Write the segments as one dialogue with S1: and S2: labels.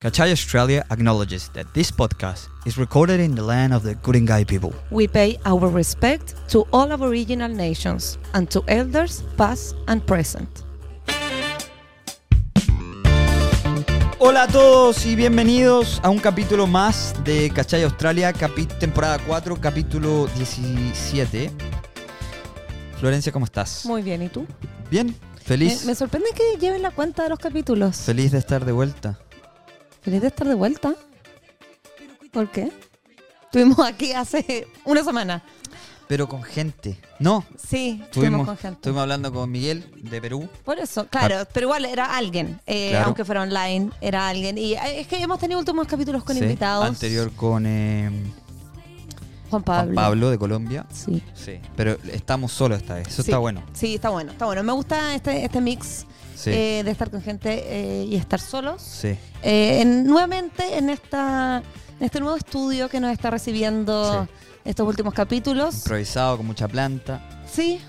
S1: Kachai Australia acknowledges that this podcast is recorded in the land of the Guringai people.
S2: We pay our respect to all Aboriginal nations and to elders past and present.
S1: Hola a todos y bienvenidos a un capítulo más de Cachai Australia, capi- temporada 4, capítulo 17. Florencia, ¿cómo estás?
S2: Muy bien, ¿y tú?
S1: Bien, feliz.
S2: Me, me sorprende que lleves la cuenta de los capítulos.
S1: Feliz de estar de vuelta.
S2: Feliz de estar de vuelta. ¿Por qué? Estuvimos aquí hace una semana.
S1: Pero con gente. No,
S2: Sí, estuvimos
S1: estuvimos,
S2: con gente.
S1: estuvimos hablando con Miguel de Perú.
S2: Por eso, claro, pero igual era alguien, eh,
S1: Claro.
S2: aunque fuera online, era alguien. Y eh, es que hemos tenido últimos capítulos con
S1: Sí,
S2: invitados.
S1: Anterior con eh,
S2: Juan
S1: Juan
S2: Pablo.
S1: Pablo de Colombia.
S2: Sí.
S1: Sí. Pero estamos solos esta vez. Eso
S2: Sí.
S1: está bueno.
S2: Sí, está bueno, está bueno. Me gusta este, este mix
S1: Sí.
S2: eh, de estar con gente eh, y estar solos.
S1: Sí.
S2: Eh, en- nuevamente en, esta, en este nuevo estudio que nos está recibiendo
S1: Sí.
S2: estos últimos capítulos.
S1: Improvisado, con mucha planta.
S2: Sí,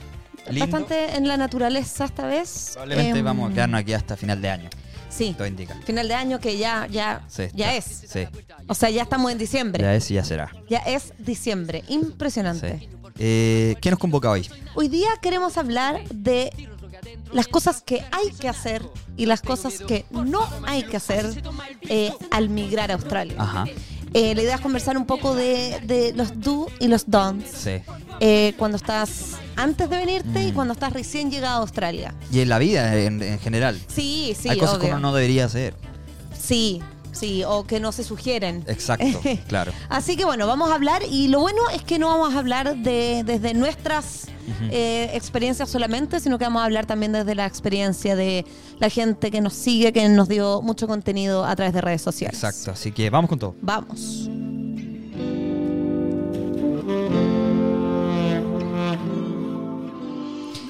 S1: Lindo.
S2: bastante en la naturaleza esta vez.
S1: Probablemente
S2: Em,
S1: vamos a quedarnos aquí hasta final de año.
S2: Sí,
S1: Todo indica.
S2: final de año que ya, ya,
S1: Sí,
S2: ya
S1: está.
S2: es.
S1: Sí.
S2: O sea, ya estamos en diciembre.
S1: Ya es y ya será.
S2: Ya es diciembre, impresionante.
S1: Sí. Eh, ¿Qué nos convoca hoy?
S2: Hoy día queremos hablar de las cosas que hay que hacer y las cosas que no hay que hacer eh, al migrar a Australia.
S1: Ajá.
S2: Eh, la idea es conversar un poco de, de los do y los don'ts
S1: Sí.
S2: eh, cuando estás antes de venirte y
S1: Mm.
S2: cuando estás recién llegado a Australia.
S1: Y en la vida en, en general.
S2: Sí, sí,
S1: Hay cosas que
S2: obvio.
S1: uno no debería hacer.
S2: Sí, sí, o que no se sugieren.
S1: Exacto, claro.
S2: Así que bueno, vamos a hablar y lo bueno es que no vamos a hablar de, desde nuestras eh, experiencias solamente, sino que vamos a hablar también desde la experiencia de la gente que nos sigue, que nos dio mucho contenido a través de redes sociales.
S1: Exacto. Así que vamos con todo.
S2: Vamos.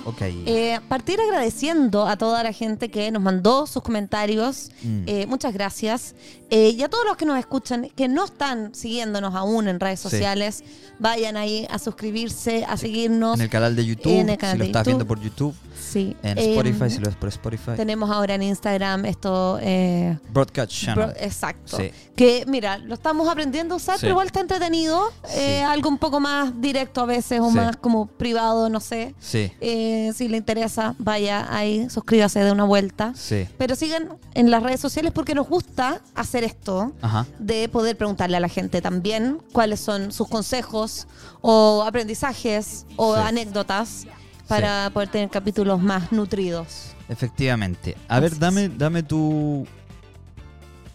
S1: Ok.
S2: Eh, partir agradeciendo a toda la gente que nos mandó sus comentarios.
S1: Mm.
S2: Eh, muchas gracias. Eh, y a todos los que nos escuchan, que no están siguiéndonos aún en redes
S1: Sí.
S2: sociales, vayan ahí a suscribirse, a seguirnos.
S1: en el canal de YouTube,
S2: en el canal
S1: si lo
S2: de
S1: estás
S2: YouTube.
S1: viendo por YouTube,
S2: Sí.
S1: en
S2: Eh,
S1: Spotify, si lo ves por Spotify.
S2: Tenemos ahora en Instagram esto. eh,
S1: Broadcast Channel.
S2: pro- exacto.
S1: Sí.
S2: Que mira, lo estamos aprendiendo a usar,
S1: Sí.
S2: pero igual está entretenido.
S1: Sí.
S2: eh, algo un poco más directo a veces o
S1: Sí.
S2: más como privado, no sé.
S1: Sí,
S2: Eh, si le interesa, vaya ahí, suscríbase de una vuelta.
S1: sí.
S2: Pero sigan en las redes sociales porque nos gusta hacer esto
S1: Ajá.
S2: de poder preguntarle a la gente también cuáles son sus consejos o aprendizajes o
S1: Sí.
S2: anécdotas para poder tener capítulos más nutridos.
S1: Efectivamente. A ver,
S2: Así
S1: dame, dame tu,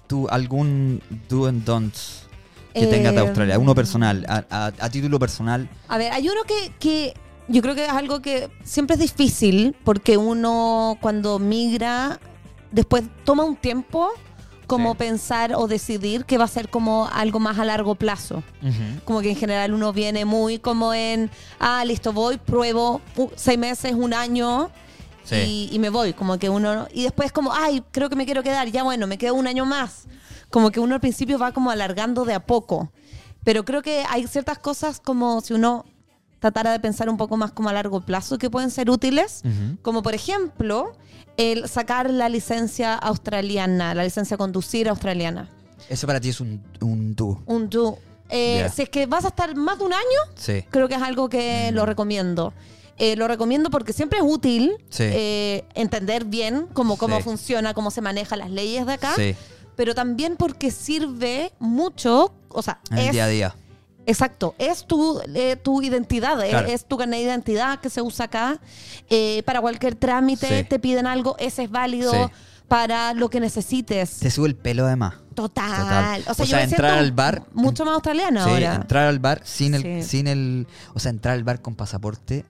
S1: tu algún do and don'ts que tengas de
S2: Eh,
S1: Australia, uno personal, a, a- a título personal.
S2: A ver, hay uno que, que yo creo que es algo que siempre es difícil porque uno cuando migra después toma un tiempo como
S1: Sí.
S2: pensar o decidir que va a ser como algo más a largo plazo. Como que en general uno viene muy como en, ah, listo, voy, pruebo uh, seis meses, un año
S1: Sí.
S2: y, y me voy. Como que uno, y después como, ay, creo que me quiero quedar, ya bueno, me quedo un año más. Como que uno al principio va como alargando de a poco. Pero creo que hay ciertas cosas como si uno tratara de pensar un poco más como a largo plazo que pueden ser útiles.
S1: Ujú.
S2: Como por ejemplo, el sacar la licencia australiana, la licencia a conducir australiana.
S1: Eso para ti es un, un do.
S2: Un do. Eh,
S1: Ya.
S2: Si es que vas a estar más de un año,
S1: Sí.
S2: creo que es algo que lo recomiendo. Eh, lo recomiendo porque siempre es útil
S1: Sí.
S2: eh, entender bien cómo, cómo
S1: Sí.
S2: funciona, cómo se manejan las leyes de acá,
S1: Sí.
S2: pero también porque sirve mucho, o sea,
S1: En el
S2: es-
S1: día a día.
S2: Exacto, es tu, eh, tu identidad, eh,
S1: Claro.
S2: es tu carnet de identidad que se usa acá. Eh, para cualquier trámite
S1: Sí.
S2: te piden algo, ese es válido
S1: Sí.
S2: para lo que necesites.
S1: Se sube el pelo además.
S2: Total.
S1: Total.
S2: O sea,
S1: O
S2: yo
S1: sea,
S2: me
S1: entrar
S2: siento
S1: al bar-
S2: mucho más australiana
S1: sí,
S2: ahora.
S1: entrar al bar sin el,
S2: Sí.
S1: sin el. O sea, entrar al bar con pasaporte.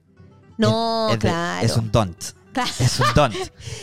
S2: No,
S1: es, es de-
S2: claro.
S1: es un don't.
S2: Claro.
S1: Es un don't.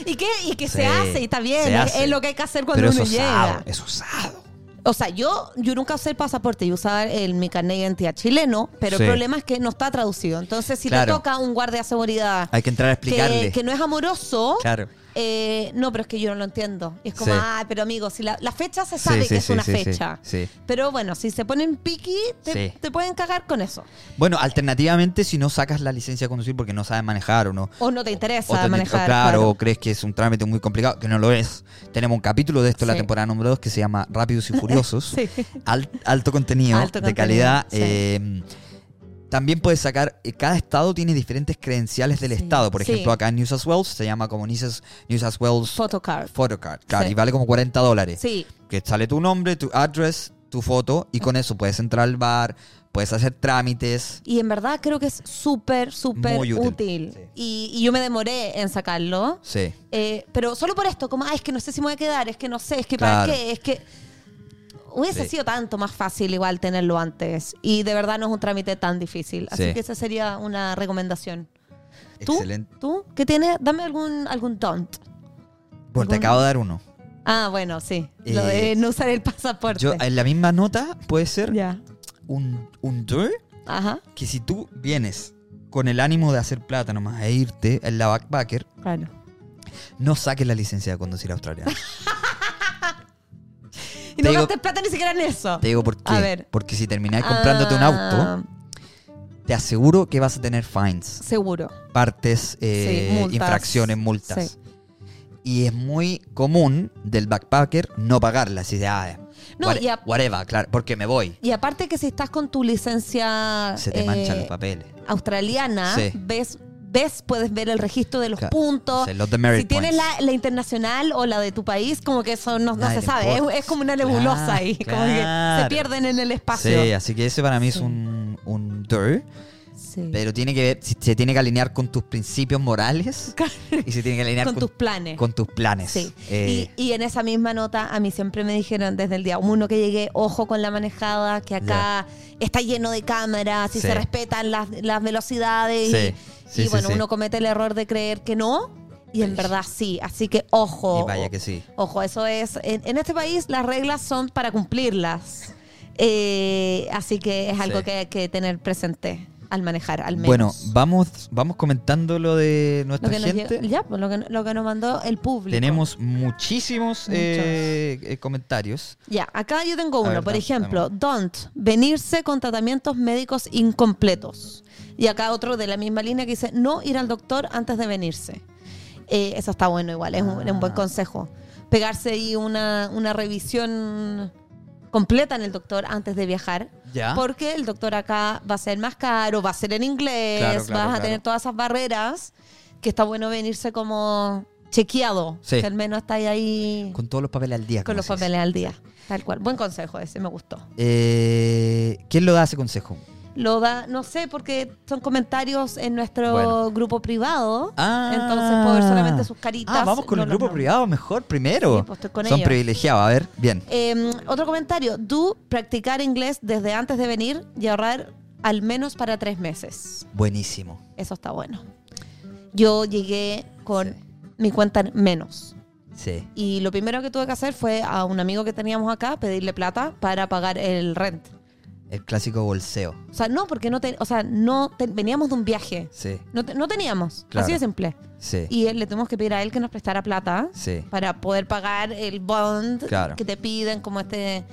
S2: ¿Y qué? Y que
S1: Sí,
S2: se hace, y está bien,
S1: se
S2: es-
S1: hace.
S2: es lo que hay que hacer cuando
S1: Pero es
S2: uno
S1: osado.
S2: llega.
S1: Es osado.
S2: O sea, yo, yo nunca usé el pasaporte, yo usaba el, mi carnet de identidad chileno, pero
S1: Sí.
S2: el problema es que no está traducido. Entonces, si
S1: Claro.
S2: te toca un guardia de seguridad
S1: Hay que entrar a explicarle.
S2: que, que no es amoroso,
S1: Claro.
S2: eh, no, pero es que yo no lo entiendo. Y es como,
S1: Sí.
S2: ah, pero amigo, si la, la fecha se
S1: Sí,
S2: sabe
S1: sí,
S2: que es
S1: sí,
S2: una
S1: sí, sí,
S2: fecha.
S1: sí.
S2: Pero bueno, si se ponen piqui, te,
S1: Sí.
S2: te pueden cagar con eso.
S1: Bueno, alternativamente, si no sacas la licencia de conducir porque no sabes manejar o no.
S2: O no te interesa
S1: o te-
S2: manejar.
S1: o claro, o crees que es un trámite muy complicado, que no lo es. Tenemos un capítulo de esto en la
S2: Sí.
S1: temporada número 2 que se llama Rápidos y Furiosos.
S2: Sí.
S1: Al- alto contenido
S2: Alto
S1: de
S2: contenido,
S1: calidad.
S2: sí.
S1: eh, también puedes sacar, eh, cada estado tiene diferentes credenciales del
S2: Sí.
S1: estado. Por
S2: Sí.
S1: ejemplo, acá en New South Wales se llama como New South, New South Wales
S2: Photocard.
S1: Photocard. Claro,
S2: Sí.
S1: y vale como 40 dólares.
S2: Sí,
S1: Que sale tu nombre, tu address, tu foto, y
S2: Ah.
S1: con eso puedes entrar al bar, puedes hacer trámites.
S2: y en verdad creo que es súper, súper
S1: Muy
S2: útil.
S1: útil. Sí.
S2: Y, y yo me demoré en sacarlo.
S1: Sí.
S2: Eh, pero solo por esto, como, ah, es que no sé si me voy a quedar, es que no sé, es que
S1: Claro.
S2: para qué, es que... Hubiese
S1: Sí.
S2: sido tanto más fácil igual tenerlo antes. Y de verdad no es un trámite tan difícil. Así
S1: Sí.
S2: que esa sería una recomendación. ¿Tú?
S1: Excelente.
S2: ¿Tú? ¿Qué tienes? Dame algún, algún don't.
S1: Bueno, te
S2: Algún-
S1: acabo de dar uno.
S2: Ah, bueno, sí. Lo
S1: Eh,
S2: de no usar el pasaporte.
S1: Yo, en la misma nota puede ser
S2: Ya.
S1: un, un do,
S2: Ajá.
S1: que si tú vienes con el ánimo de hacer plata nomás e irte en la backpacker,
S2: Claro.
S1: no saques la licencia de conducir a Australia.
S2: Y no
S1: digo-
S2: gastes plata ni siquiera en eso.
S1: Te digo por qué.
S2: A ver.
S1: Porque si terminás comprándote un auto,
S2: Ah,
S1: te aseguro que vas a tener fines,
S2: Seguro.
S1: partes, eh,
S2: Sí, multas.
S1: infracciones, multas. Y es muy común del backpacker no pagarlas. Y de, ah,
S2: No,
S1: what-
S2: y a-
S1: whatever, claro, porque me voy.
S2: Y aparte que si estás con tu licencia...
S1: Se te
S2: eh,
S1: manchan los papeles.
S2: australiana,
S1: Sí.
S2: ves, ves, puedes ver el registro de los
S1: Claro.
S2: puntos.
S1: Sí, los de merit
S2: si tienes
S1: points.
S2: la, la internacional o la de tu país, como que eso no, no
S1: Nadie
S2: se
S1: le
S2: sabe. Es,
S1: importa.
S2: es como una nebulosa
S1: Claro,
S2: ahí, como que
S1: claro.
S2: se pierden en el
S1: Sí,
S2: espacio.
S1: así que ese para mí es
S2: Sí.
S1: un, un do.
S2: Sí.
S1: Pero tiene que ver, si- se tiene que alinear con tus principios morales y se tiene que alinear
S2: con
S1: con,
S2: tus planes.
S1: con tus planes.
S2: Sí.
S1: Eh,
S2: y, y en esa misma nota, a mí siempre me dijeron desde el día uno que llegué, ojo con la manejada, que acá está lleno de cámaras y
S1: Sí.
S2: se respetan las, las velocidades.
S1: Sí,
S2: eh, Y,
S1: sí,
S2: y
S1: sí,
S2: bueno,
S1: sí.
S2: uno comete el error de creer que no, y en
S1: Sí.
S2: verdad sí. Así que ojo.
S1: y vaya que sí.
S2: Ojo, eso es. En, en este país las reglas son para cumplirlas. Eh, así que es algo
S1: Sí.
S2: que hay que tener presente al manejar, al menos.
S1: Bueno, vamos, vamos comentando lo de
S2: lo
S1: nuestra
S2: que, nos,
S1: gente.
S2: llega- ya, pues, lo, que, lo que nos mandó el público.
S1: Tenemos muchísimos
S2: Muchos.
S1: eh, eh, comentarios.
S2: Ya, acá yo tengo
S1: A
S2: uno.
S1: ver,
S2: Por
S1: dame,
S2: ejemplo, don't venirse con tratamientos médicos incompletos. Y acá otro de la misma línea que dice no ir al doctor antes de venirse. Eh, eso está bueno igual, es un, es un buen
S1: Ah.
S2: consejo. Pegarse ahí una, una revisión completa en el doctor antes de viajar.
S1: Ya.
S2: Porque el doctor acá va a ser más caro, va a ser en inglés,
S1: Claro, claro,
S2: vas a
S1: claro.
S2: tener todas esas barreras que está bueno venirse como chequeado.
S1: Sí.
S2: Que al menos está ahí
S1: Con todos los papeles al día.
S2: con
S1: como
S2: los
S1: se dice.
S2: papeles al día. Tal cual. Buen consejo ese, me gustó.
S1: Eh, ¿Quién lo da ese consejo?
S2: Lo da, no sé, porque son comentarios en nuestro
S1: Bueno.
S2: grupo privado.
S1: Ah.
S2: Entonces puedo ver solamente sus caritas.
S1: Ah, vamos con
S2: no
S1: el
S2: los
S1: grupo
S2: nombres.
S1: privado mejor primero.
S2: Sí, pues, estoy con
S1: Son
S2: ellos.
S1: privilegiados. A ver, bien.
S2: Eh, otro comentario. Do practicar inglés desde antes de venir y ahorrar al menos para tres meses.
S1: Buenísimo.
S2: Eso está bueno. Yo llegué con
S1: Sí.
S2: mi cuenta en menos.
S1: Sí.
S2: Y lo primero que tuve que hacer fue a un amigo que teníamos acá pedirle plata para pagar el rent.
S1: El clásico bolseo.
S2: O sea, no, porque no, ten- o sea, no ten- veníamos de un viaje.
S1: Sí.
S2: No, te- no teníamos,
S1: Claro.
S2: así de simple.
S1: Sí.
S2: Y él- le tuvimos que pedir a él que nos prestara plata
S1: Sí.
S2: para poder pagar el bond
S1: Claro.
S2: que te piden, como este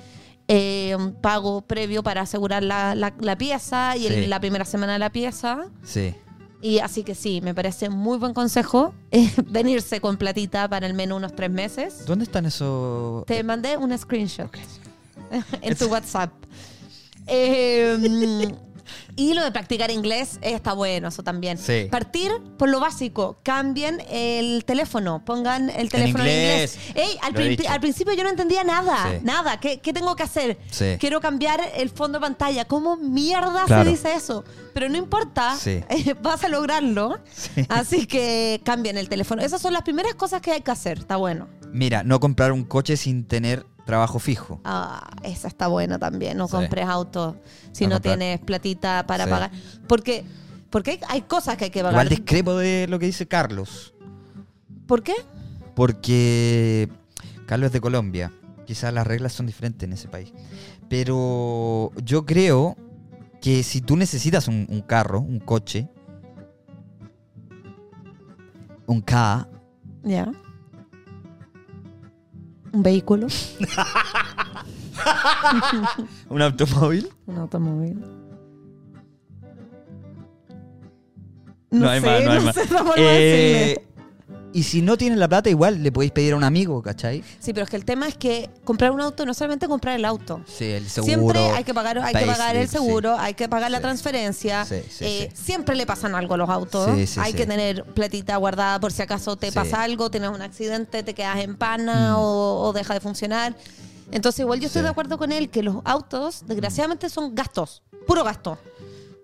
S2: eh, un pago previo para asegurar la, la- la pieza y el-
S1: Sí.
S2: la primera semana de la pieza.
S1: Sí.
S2: Y así que sí, me parece muy buen consejo eh, venirse con platita para al menos unos tres meses.
S1: ¿Dónde están esos?
S2: Te mandé un screenshot en tu WhatsApp. Eh, y lo de practicar inglés eh, está bueno, eso también.
S1: Sí.
S2: Partir por lo básico. Cambien el teléfono. Pongan el teléfono en
S1: inglés.
S2: inglés. Ey, al,
S1: Lo he
S2: prin-
S1: dicho.
S2: al principio yo no entendía nada.
S1: Sí.
S2: Nada. ¿Qué, qué tengo que hacer?
S1: Sí.
S2: Quiero cambiar el fondo de pantalla. ¿Cómo mierda
S1: Claro.
S2: se dice eso? Pero no importa. eh,
S1: Sí.
S2: Vas a lograrlo.
S1: Sí.
S2: Así que cambien el teléfono. Esas son las primeras cosas que hay que hacer. Está bueno.
S1: Mira, no comprar un coche sin tener trabajo fijo.
S2: Ah, esa está buena también. No
S1: Sí.
S2: compres auto si
S1: No
S2: no,
S1: comprar.
S2: tienes platita para
S1: Sí.
S2: pagar. Porque, porque hay, hay cosas que hay que pagar.
S1: Igual discrepo de lo que dice Carlos.
S2: ¿Por qué?
S1: Porque Carlos es de Colombia. Quizás las reglas son diferentes en ese país. Pero yo creo que si tú necesitas un, un carro, un coche, un K,
S2: Ya. Un vehículo,
S1: ¿Un automóvil?
S2: un automóvil.
S1: No hay más, no hay más.
S2: sé cómo
S1: Eh,
S2: decirle.
S1: y si no tienes la plata, igual le podéis pedir a un amigo, ¿cachai?
S2: Sí, pero es que el tema es que comprar un auto no es solamente comprar el auto.
S1: Sí, el seguro.
S2: siempre hay que pagar, hay que pagar el
S1: payslip, sí.
S2: seguro, hay que pagar la
S1: Sí.
S2: transferencia.
S1: Sí, sí,
S2: eh,
S1: sí.
S2: Siempre le pasan algo a los autos.
S1: Sí, sí,
S2: hay
S1: sí.
S2: que tener platita guardada por si acaso
S1: Sí.
S2: te
S1: Mm.
S2: pasa algo, tienes un accidente, te quedas en pana o, o deja de funcionar. Entonces, igual yo estoy
S1: Sí.
S2: de acuerdo con él que los autos, desgraciadamente, son gastos, puro gasto.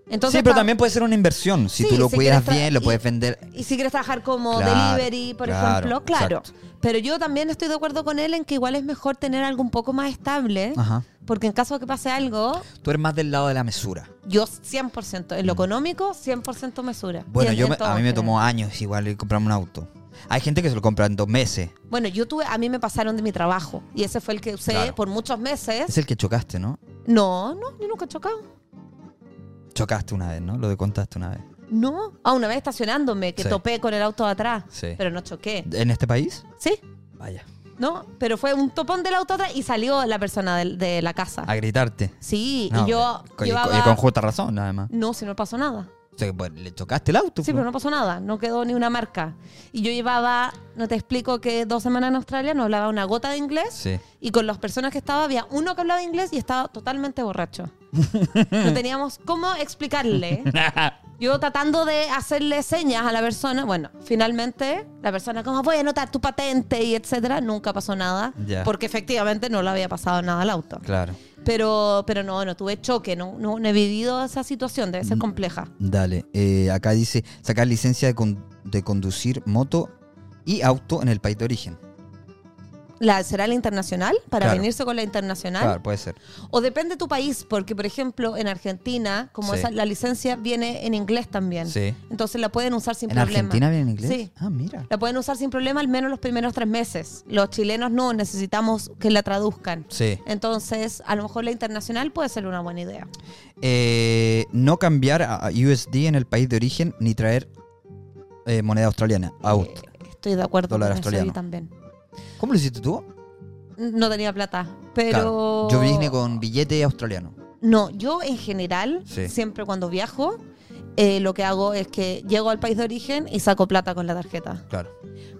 S2: Entonces,
S1: sí, pero
S2: pa-
S1: también puede ser una inversión. Si
S2: Sí,
S1: tú lo
S2: si
S1: cuidas
S2: quieres tra-
S1: bien, lo
S2: y-
S1: puedes vender.
S2: Y si quieres trabajar como
S1: Claro,
S2: delivery, por
S1: claro,
S2: ejemplo, claro.
S1: exacto.
S2: Pero yo también estoy de acuerdo con él en que igual es mejor tener algo un poco más estable,
S1: Ajá.
S2: porque en caso de que pase algo,
S1: Tú eres más del lado de la mesura.
S2: yo 100%, en lo económico, 100% mesura.
S1: Mm. Bueno,
S2: Y en-
S1: yo
S2: en
S1: me-
S2: todo,
S1: a mí
S2: en
S1: me
S2: general.
S1: tomó años igual ir comprarme un auto. Hay gente que se lo compra en dos meses.
S2: Bueno, yo tuve, a mí me pasaron de mi trabajo y ese fue el que usé
S1: Claro.
S2: por muchos meses.
S1: Es el que chocaste, ¿no?
S2: No, no, yo nunca he chocado.
S1: Chocaste una vez, ¿no? Lo de contaste una vez.
S2: No, ah, una vez estacionándome, que
S1: Sí.
S2: topé con el auto de atrás,
S1: Sí.
S2: pero no choqué.
S1: ¿En este país?
S2: Sí,
S1: Vaya.
S2: no, pero fue un topón del auto de atrás y salió la persona del- de, la casa.
S1: A gritarte.
S2: Sí,
S1: Ah. No,
S2: y yo
S1: con- y con-
S2: llevaba...
S1: y con justa razón, además.
S2: No, si no pasó nada.
S1: O sea, que, pues, le chocaste el auto.
S2: Sí,
S1: pues.
S2: pero no pasó nada, no quedó ni una marca. Y yo llevaba, no te explico que dos semanas en Australia no hablaba una gota de inglés
S1: Sí.
S2: y con las personas que estaba había uno que hablaba inglés y estaba totalmente borracho. No teníamos cómo explicarle. Yo tratando de hacerle señas a la persona, bueno, finalmente la persona como voy a anotar tu patente y etcétera, nunca pasó nada,
S1: Ya.
S2: porque efectivamente no le había pasado nada al auto.
S1: Claro.
S2: Pero, pero no, no tuve choque, no, no, no he vivido esa situación, debe
S1: Mm.
S2: ser compleja.
S1: Dale, eh, acá dice sacar licencia de, con- de conducir moto y auto en el país de origen.
S2: La, ¿Será la internacional? ¿Para
S1: Claro.
S2: venirse con la internacional?
S1: Claro, puede ser.
S2: O depende de tu país, porque por ejemplo en Argentina, como
S1: Sí.
S2: esa, la licencia viene en inglés también.
S1: Sí.
S2: Entonces la pueden usar sin
S1: ¿En
S2: problema.
S1: Argentina viene en inglés?
S2: Sí.
S1: Ah, mira.
S2: La pueden usar sin problema al menos los primeros tres meses. Los chilenos no, necesitamos que la traduzcan.
S1: Sí.
S2: Entonces, a lo mejor la internacional puede ser una buena idea.
S1: Eh, no cambiar a a USD en el país de origen ni traer eh, moneda australiana, out.
S2: Eh, estoy de acuerdo
S1: Dólar
S2: con eso
S1: australiano.
S2: yo también.
S1: ¿Cómo lo hiciste tú?
S2: No tenía plata,
S1: Claro,
S2: pero...
S1: yo vine con billete australiano.
S2: No, yo en general,
S1: Sí.
S2: siempre cuando viajo, eh, lo que hago es que llego al país de origen y saco plata con la tarjeta.
S1: Claro.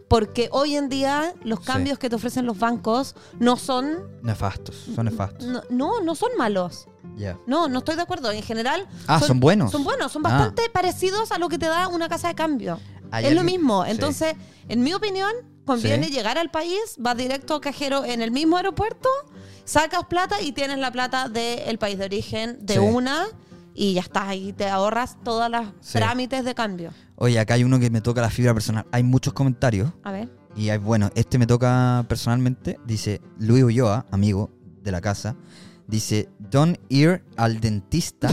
S2: Porque hoy en día los
S1: Sí.
S2: cambios que te ofrecen los bancos no son...
S1: Nefastos, son nefastos.
S2: No, no, no son malos.
S1: Ya.
S2: No, no estoy de acuerdo. En general...
S1: Ah, son buenos.
S2: Son buenos, son
S1: Ah.
S2: bastante parecidos a lo que te da una casa de cambio.
S1: Hay
S2: es lo
S1: alguien-
S2: mismo.
S1: sí.
S2: Entonces, en mi opinión, conviene
S1: Sí.
S2: llegar al país, vas directo a cajero en el mismo aeropuerto, sacas plata y tienes la plata del país de origen de
S1: Sí.
S2: una y ya estás ahí, te ahorras todas las
S1: Sí.
S2: trámites de cambio.
S1: Oye, acá hay uno que me toca la fibra personal. Hay muchos comentarios.
S2: A ver.
S1: Y hay- bueno, este me toca personalmente. Dice Luis Ulloa, amigo de la casa. Dice, don't ir al dentista.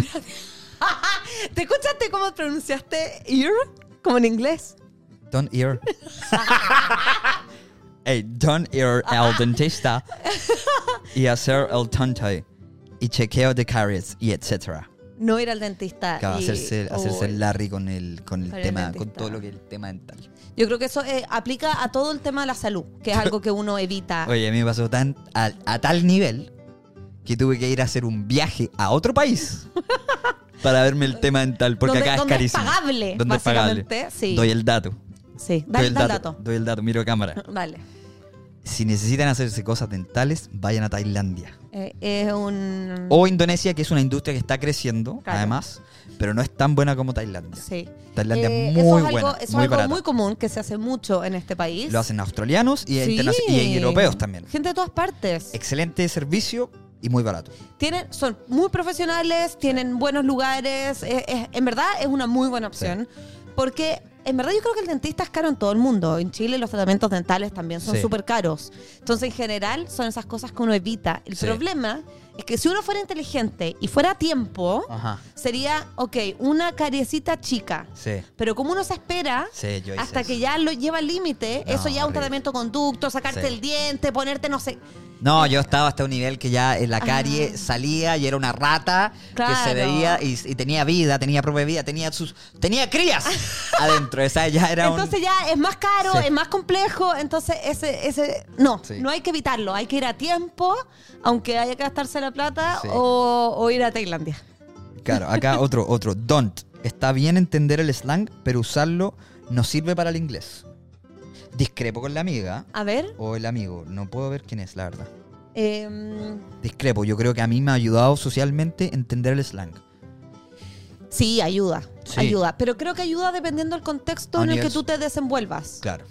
S2: ¿Te escuchaste cómo pronunciaste ear? Como en inglés.
S1: Don't ir. hey, don't ir al dentista. Y hacer el tonto. Y chequeo de caries y etcétera.
S2: No ir al dentista.
S1: Acá,
S2: y-
S1: hacerse, hacerse
S2: Uy.
S1: el Larry con el, con el
S2: Con el
S1: tema, con
S2: dentista.
S1: todo lo que es el tema dental.
S2: Yo creo que eso eh, aplica a todo el tema de la salud, que es algo que uno evita.
S1: Oye, a mí me pasó tan, a, a tal nivel que tuve que ir a hacer un viaje a otro país para verme el tema dental, porque
S2: Donde-
S1: acá es
S2: donde es
S1: carísimo.
S2: pagable,
S1: Donde es pagable.
S2: básicamente, sí.
S1: Doy el dato.
S2: Sí,
S1: doy
S2: dale,
S1: el
S2: da el
S1: dato,
S2: dato.
S1: Doy el dato, miro cámara.
S2: Dale.
S1: Si necesitan hacerse cosas dentales, vayan a Tailandia.
S2: Eh, es un...
S1: O Indonesia, que es una industria que está creciendo,
S2: Mm. Claro.
S1: además, pero no es tan buena como Tailandia.
S2: Sí.
S1: Tailandia
S2: Eh,
S1: es
S2: eso
S1: muy
S2: algo-
S1: buena,
S2: Eso es
S1: muy
S2: algo
S1: barata.
S2: muy común que se hace mucho en este país.
S1: Lo hacen australianos y,
S2: Sí.
S1: interna- y europeos también.
S2: Gente de todas partes.
S1: Excelente servicio y muy barato.
S2: Tienen, son muy profesionales, tienen buenos lugares. es- es- en verdad es una muy buena opción. Porque en verdad yo creo que el dentista es caro en todo el mundo. En Chile los tratamientos dentales también son
S1: Sí.
S2: súper caros. Entonces en general son esas cosas que uno evita. El
S1: Sí.
S2: problema Es que si uno fuera inteligente y fuera a tiempo,
S1: Ajá.
S2: sería, ok, una carecita chica.
S1: Sí.
S2: Pero como uno se espera
S1: Sí, yo hice
S2: hasta
S1: eso.
S2: que ya lo lleva al límite,
S1: No,
S2: eso ya es un
S1: horrible.
S2: tratamiento conducto, sacarte
S1: Sí.
S2: el diente, ponerte no sé.
S1: No, yo estaba hasta un nivel que ya en la carie
S2: Ah.
S1: salía y era una rata que se
S2: Claro.
S1: veía y, y tenía vida, tenía propia vida, tenía sus tenía crías adentro. Esa ya era un-
S2: entonces ya es más caro,
S1: Sí.
S2: es más complejo, entonces ese, ese no,
S1: Sí.
S2: no hay que evitarlo, hay que ir a tiempo, aunque haya que gastarse la plata
S1: Sí.
S2: o, o ir a Tailandia.
S1: Claro, acá otro, otro. Don't. Está bien entender el slang, pero usarlo no sirve para el inglés. Discrepo con la amiga
S2: A ver,
S1: o el amigo. No puedo ver quién es, la verdad.
S2: em,
S1: Discrepo. Yo creo que a mí me ha ayudado socialmente entender el slang.
S2: sí, ayuda,
S1: Sí.
S2: ayuda, pero creo que ayuda dependiendo del contexto
S1: A
S2: en el
S1: nivel
S2: que tú te desenvuelvas.
S1: Claro.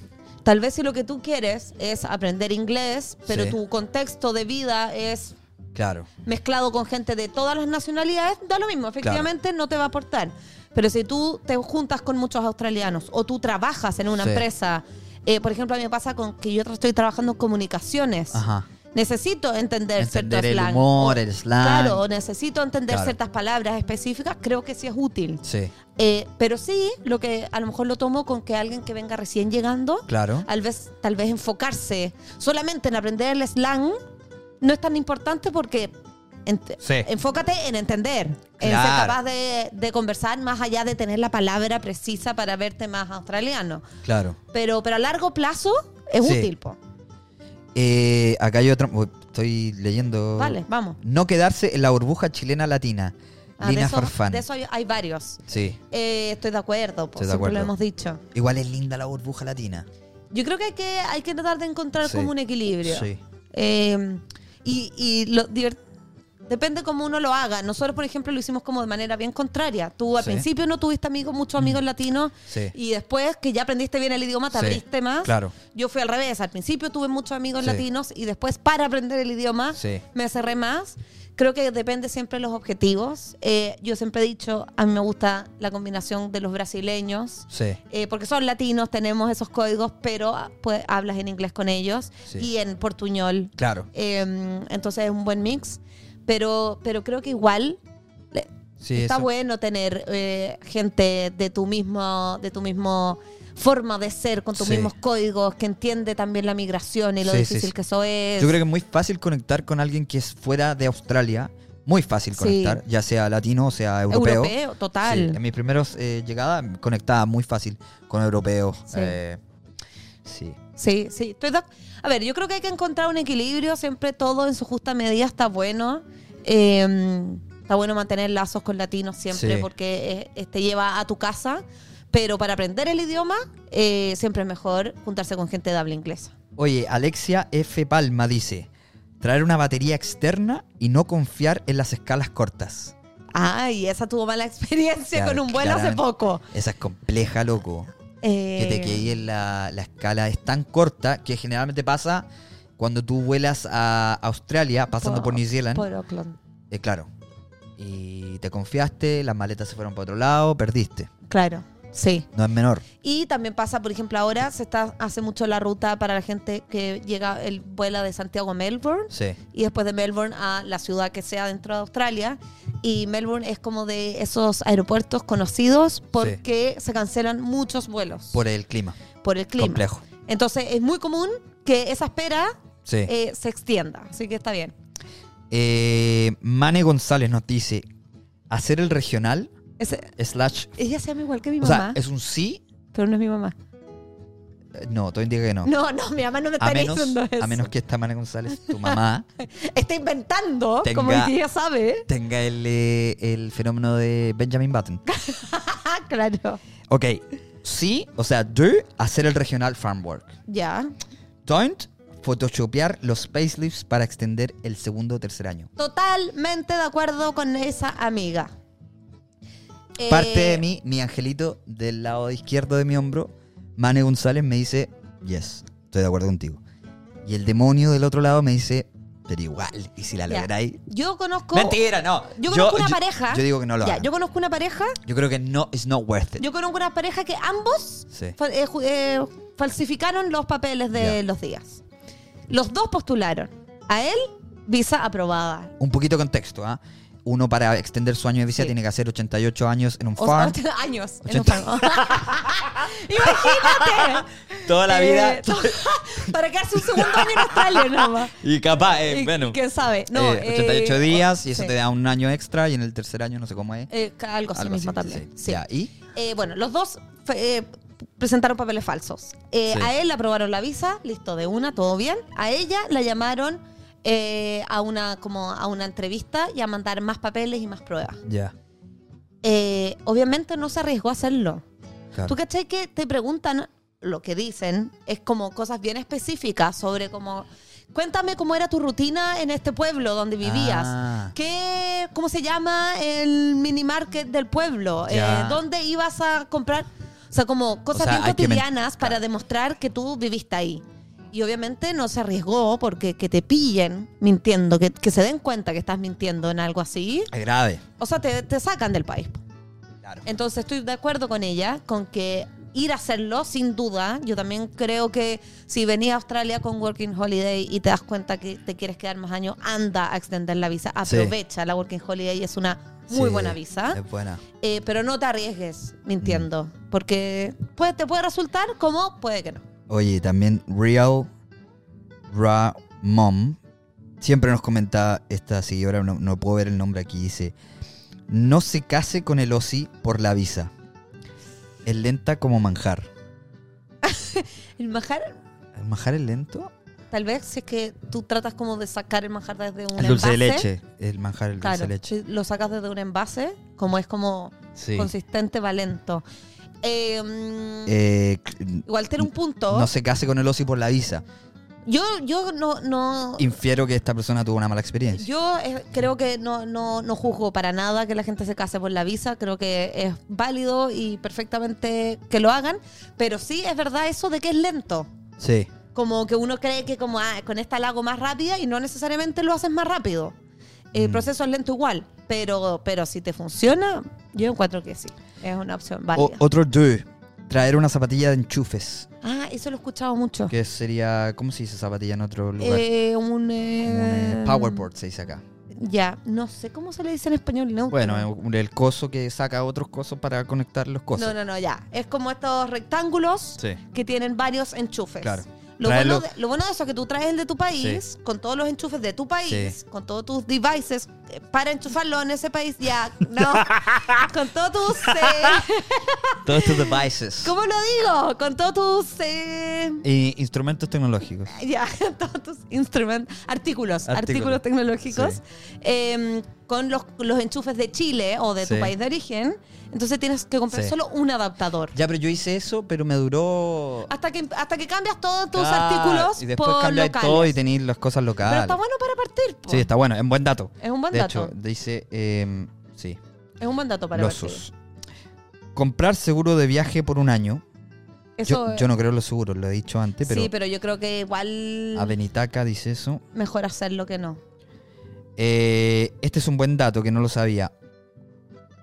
S2: Tal vez si lo que tú quieres es aprender inglés, pero
S1: Sí.
S2: tu contexto de vida es
S1: Claro.
S2: mezclado con gente de todas las nacionalidades, da lo mismo, efectivamente no te va a aportar. Pero si tú te juntas con muchos australianos o tú trabajas en una
S1: Sí.
S2: empresa, eh, por ejemplo, a mí me pasa con que yo tra- estoy trabajando en comunicaciones.
S1: Ajá.
S2: Necesito entender,
S1: Entender
S2: cierto
S1: el
S2: slang.
S1: humor,
S2: O-
S1: el slang.
S2: Claro, o necesito entender
S1: Claro.
S2: ciertas palabras específicas, creo que sí es útil.
S1: Sí.
S2: Eh, pero sí, lo que a lo mejor lo tomo con que alguien que venga recién llegando,
S1: Claro.
S2: tal vez, tal vez enfocarse solamente en aprender el slang no es tan importante porque ent-
S1: Sí.
S2: enfócate en entender, en ser
S1: Claro.
S2: capaz de, de conversar más allá de tener la palabra precisa para verte más australiano.
S1: Claro.
S2: Pero, pero a largo plazo es
S1: Sí.
S2: útil, po.
S1: Eh, acá hay otra. uy, Estoy leyendo.
S2: Vale, vamos.
S1: No quedarse en la burbuja chilena latina.
S2: Ah, de
S1: Lina
S2: eso-
S1: Farfán.
S2: De eso hay, hay varios.
S1: Sí.
S2: Eh, estoy de acuerdo, po,
S1: Estoy de
S2: siempre
S1: acuerdo.
S2: lo hemos dicho.
S1: Igual es linda la burbuja latina.
S2: Yo creo que hay que, hay que tratar de encontrar
S1: Sí.
S2: como un equilibrio.
S1: Sí.
S2: Eh, y y lo divert- depende cómo uno lo haga. Nosotros, por ejemplo, lo hicimos como de manera bien contraria. Tú al
S1: Sí. Mm.
S2: principio no tuviste amigos, muchos amigos latinos,
S1: Sí.
S2: y después que ya aprendiste bien el idioma, te
S1: Sí,
S2: abriste más.
S1: claro.
S2: Yo fui al revés. Al principio tuve muchos amigos
S1: Sí.
S2: latinos y después para aprender el idioma
S1: Sí.
S2: me cerré más. Creo que depende siempre de los objetivos. Eh, yo siempre he dicho, a mí me gusta la combinación de los brasileños,
S1: Sí.
S2: eh, porque son latinos, tenemos esos códigos, pero ah, pues, hablas en inglés con ellos
S1: Sí.
S2: y en portuñol.
S1: Claro.
S2: Eh, entonces es un buen mix, pero, pero creo que igual le-
S1: Sí,
S2: está
S1: eso.
S2: bueno tener eh, gente de tu mismo, de tu mismo forma de ser, con tus
S1: Sí.
S2: mismos códigos, que entiende también la migración y lo
S1: Sí, sí,
S2: difícil
S1: sí.
S2: que eso es.
S1: Yo creo que es muy fácil conectar con alguien que es fuera de Australia. Muy fácil
S2: Sí.
S1: conectar, ya sea latino o sea europeo.
S2: europeo, total.
S1: Sí, en mis primeros eh, llegadas conectaba muy fácil con europeos.
S2: Sí.
S1: eh, sí.
S2: Sí, sí. estoy de ac- A ver, yo creo que hay que encontrar un equilibrio. Siempre todo en su justa medida está bueno. Eh, está bueno mantener lazos con latinos siempre
S1: Sí.
S2: porque eh, eh, te lleva a tu casa. Pero para aprender el idioma, eh, siempre es mejor juntarse con gente de habla inglesa.
S1: Oye, Alexia F. Palma dice: traer una batería externa y no confiar en las escalas cortas.
S2: Ay, esa tuvo mala experiencia
S1: Claro,
S2: con un vuelo hace
S1: claramente.
S2: poco.
S1: Esa es compleja, loco. Que te
S2: Eh,
S1: quedé en la, la escala es tan corta que generalmente pasa cuando tú vuelas a Australia pasando por New Zealand.
S2: Por Auckland.
S1: Eh, claro. Y te confiaste, las maletas se fueron para otro lado, perdiste.
S2: Claro, sí.
S1: No es menor.
S2: Y también pasa, por ejemplo, ahora se está hace mucho la ruta para la gente que llega, el vuela de Santiago a Melbourne.
S1: Sí.
S2: y después de Melbourne a la ciudad que sea dentro de Australia. Y Melbourne es como de esos aeropuertos conocidos porque se cancelan muchos vuelos por,
S1: Por el clima.
S2: el clima.
S1: Complejo.
S2: Entonces es muy común que esa espera
S1: Sí.
S2: eh, se extienda, así que está bien.
S1: Eh, Mane González nos dice: hacer el regional
S2: Ese-
S1: slash.
S2: ella se llama igual que mi
S1: O
S2: mamá,
S1: sea, es un sí.
S2: pero no es mi mamá.
S1: Eh, No, todo indica que no.
S2: No, no, mi mamá no me está
S1: a, menos,
S2: diciendo eso.
S1: a menos que esta Mane González, tu mamá,
S2: Está inventando,
S1: Tenga-
S2: como que ella sabe.
S1: tenga el, eh, el fenómeno de Benjamin Button.
S2: Ah, claro.
S1: Ok. Sí, o sea, do, hacer el regional farm work.
S2: Ya.
S1: Don't, photoshopear los payslips para extender el segundo o tercer año.
S2: Totalmente de acuerdo con esa amiga.
S1: Parte
S2: Eh,
S1: de mí, mi angelito del lado izquierdo de mi hombro, Mane González, me dice, yes, estoy de acuerdo contigo. Y el demonio del otro lado me dice, pero igual, y si la
S2: Ya.
S1: lográis...
S2: Yo conozco.
S1: Mentira, no.
S2: Yo conozco una pareja.
S1: Yo digo que no lo
S2: Ya,
S1: hagan. Eh.
S2: yo conozco una pareja.
S1: Yo creo que no, it's not worth it.
S2: Yo conozco una pareja que ambos
S1: Sí.
S2: fal- eh, ju- eh, falsificaron los papeles de
S1: Ya.
S2: los días. Los dos postularon. A él Visa aprobada.
S1: Un poquito de contexto, ¿ah? Uno para extender su año de visa
S2: Sí.
S1: tiene que hacer 88 años en un
S2: O
S1: farm.
S2: sea, años. en un
S1: 80.
S2: farm. Imagínate.
S1: toda la
S2: Eh,
S1: vida.
S2: to- para quedarse un segundo año en Australia nomás.
S1: Y capaz, eh,
S2: Eh,
S1: bueno.
S2: ¿Quién sabe? No,
S1: eh, 88
S2: eh,
S1: días y eso
S2: sí.
S1: te da un año extra y en el tercer año no sé cómo es.
S2: Eh, ca- algo así
S1: Algo
S2: mismo
S1: así,
S2: también.
S1: sí.
S2: Sí.
S1: Ya, ¿y?
S2: Eh, bueno, los dos fe- eh, presentaron papeles falsos. Eh,
S1: Sí.
S2: A él le aprobaron la visa, listo, de una, todo bien. A ella la llamaron eh, a, una, como a una entrevista y a mandar más papeles y más pruebas.
S1: Ya.
S2: Eh, obviamente no se arriesgó a hacerlo.
S1: claro.
S2: ¿Tú cachai que te preguntan lo que dicen? Es como cosas bien específicas sobre como... Cuéntame cómo era tu rutina en este pueblo donde vivías.
S1: Ah.
S2: ¿Qué, ¿Cómo se llama el mini market del pueblo? Eh,
S1: Ya.
S2: ¿Dónde ibas a comprar? O sea, como cosas
S1: O sea, hay
S2: bien
S1: que men-
S2: cotidianas para demostrar que tú viviste ahí. Y obviamente no se arriesgó porque que te pillen mintiendo, que, que se den cuenta que estás mintiendo en algo así.
S1: Es grave.
S2: O sea, te, te sacan del país. po.
S1: Claro.
S2: Entonces estoy de acuerdo con ella, con que ir a hacerlo, sin duda. Yo también creo que si venís a Australia con Working Holiday y te das cuenta que te quieres quedar más años, anda a extender la visa.
S1: Sí.
S2: Aprovecha la Working Holiday, es una muy
S1: Sí,
S2: buena visa.
S1: Es buena.
S2: Eh, pero no te arriesgues, mintiendo,
S1: Mm.
S2: porque puede, te puede resultar como puede que no.
S1: Oye, también Real Ra Mom siempre nos comenta esta seguidora, no, no puedo ver el nombre aquí, dice, no se case con el Osi por la visa. Es lenta como manjar.
S2: El manjar,
S1: ¿El manjar es lento?
S2: tal vez, si es que tú tratas como de sacar el manjar desde un
S1: el dulce de
S2: envase.
S1: leche. El manjar, el
S2: Claro,
S1: dulce de leche.
S2: si lo sacas desde un envase, como es como
S1: Sí.
S2: consistente, va lento. Eh, mm,
S1: Eh, cl-
S2: igual tiene un punto.
S1: no se case con el Osi por la visa.
S2: Yo, yo no, no
S1: Infiero que esta persona tuvo una mala experiencia.
S2: yo eh, creo que no, no, no juzgo para nada que la gente se case por la visa. Creo que es válido y perfectamente que lo hagan. Pero sí es verdad eso de que es lento.
S1: Sí.
S2: Como que uno cree que como ah, con esta la hago más rápida y no necesariamente lo haces más rápido. El
S1: Mm.
S2: proceso es lento igual, pero, pero si te funciona, yo encuentro que sí. Es una opción
S1: O-
S2: válida.
S1: otro do. Traer una zapatilla de enchufes.
S2: Ah, eso lo he escuchado mucho.
S1: Que sería, ¿cómo se dice zapatilla en otro lugar?
S2: Eh, un, eh,
S1: Como un, eh, Powerboard se dice acá.
S2: Ya, no sé cómo se le dice en español. No,
S1: Bueno, eh, un- el coso que saca otros cosos para conectar los cosos.
S2: no, no, no, ya. Es como estos rectángulos
S1: Sí.
S2: que tienen varios enchufes.
S1: Claro.
S2: Lo
S1: Traerlo-
S2: bueno, de, lo bueno de eso es que tú traes el de tu país, con todos los enchufes de tu país,
S1: Sí.
S2: con todos tus devices, eh, para enchufarlo en ese país, ya, no. con todos tus. eh,
S1: Todos estos devices.
S2: ¿Cómo lo digo? Con todos tus. eh,
S1: Y instrumentos tecnológicos.
S2: ya, todos tus instrumentos, artículos,
S1: Artículos.
S2: artículos tecnológicos, eh, con los, los enchufes de Chile o de
S1: Sí.
S2: tu país de origen. Entonces tienes que comprar
S1: Sí.
S2: solo un adaptador.
S1: Ya, pero yo hice eso, pero me duró.
S2: Hasta que, hasta que cambias todos tus
S1: Ah,
S2: Ah, artículos
S1: Y después
S2: por
S1: cambiáis
S2: locales.
S1: todo y tenéis las cosas locales.
S2: Pero está bueno para partir. po.
S1: Sí, está bueno, es un buen dato.
S2: Es un buen
S1: de
S2: dato.
S1: hecho, dice, eh, sí,
S2: es un buen dato para
S1: los
S2: partir.
S1: sus. Comprar seguro de viaje por un año.
S2: Eso- eh,
S1: yo, yo no creo en los seguros, lo he dicho antes, pero,
S2: sí, pero yo creo que igual
S1: Abenitaca dice eso.
S2: mejor hacerlo que no.
S1: Eh, este es un buen dato que no lo sabía.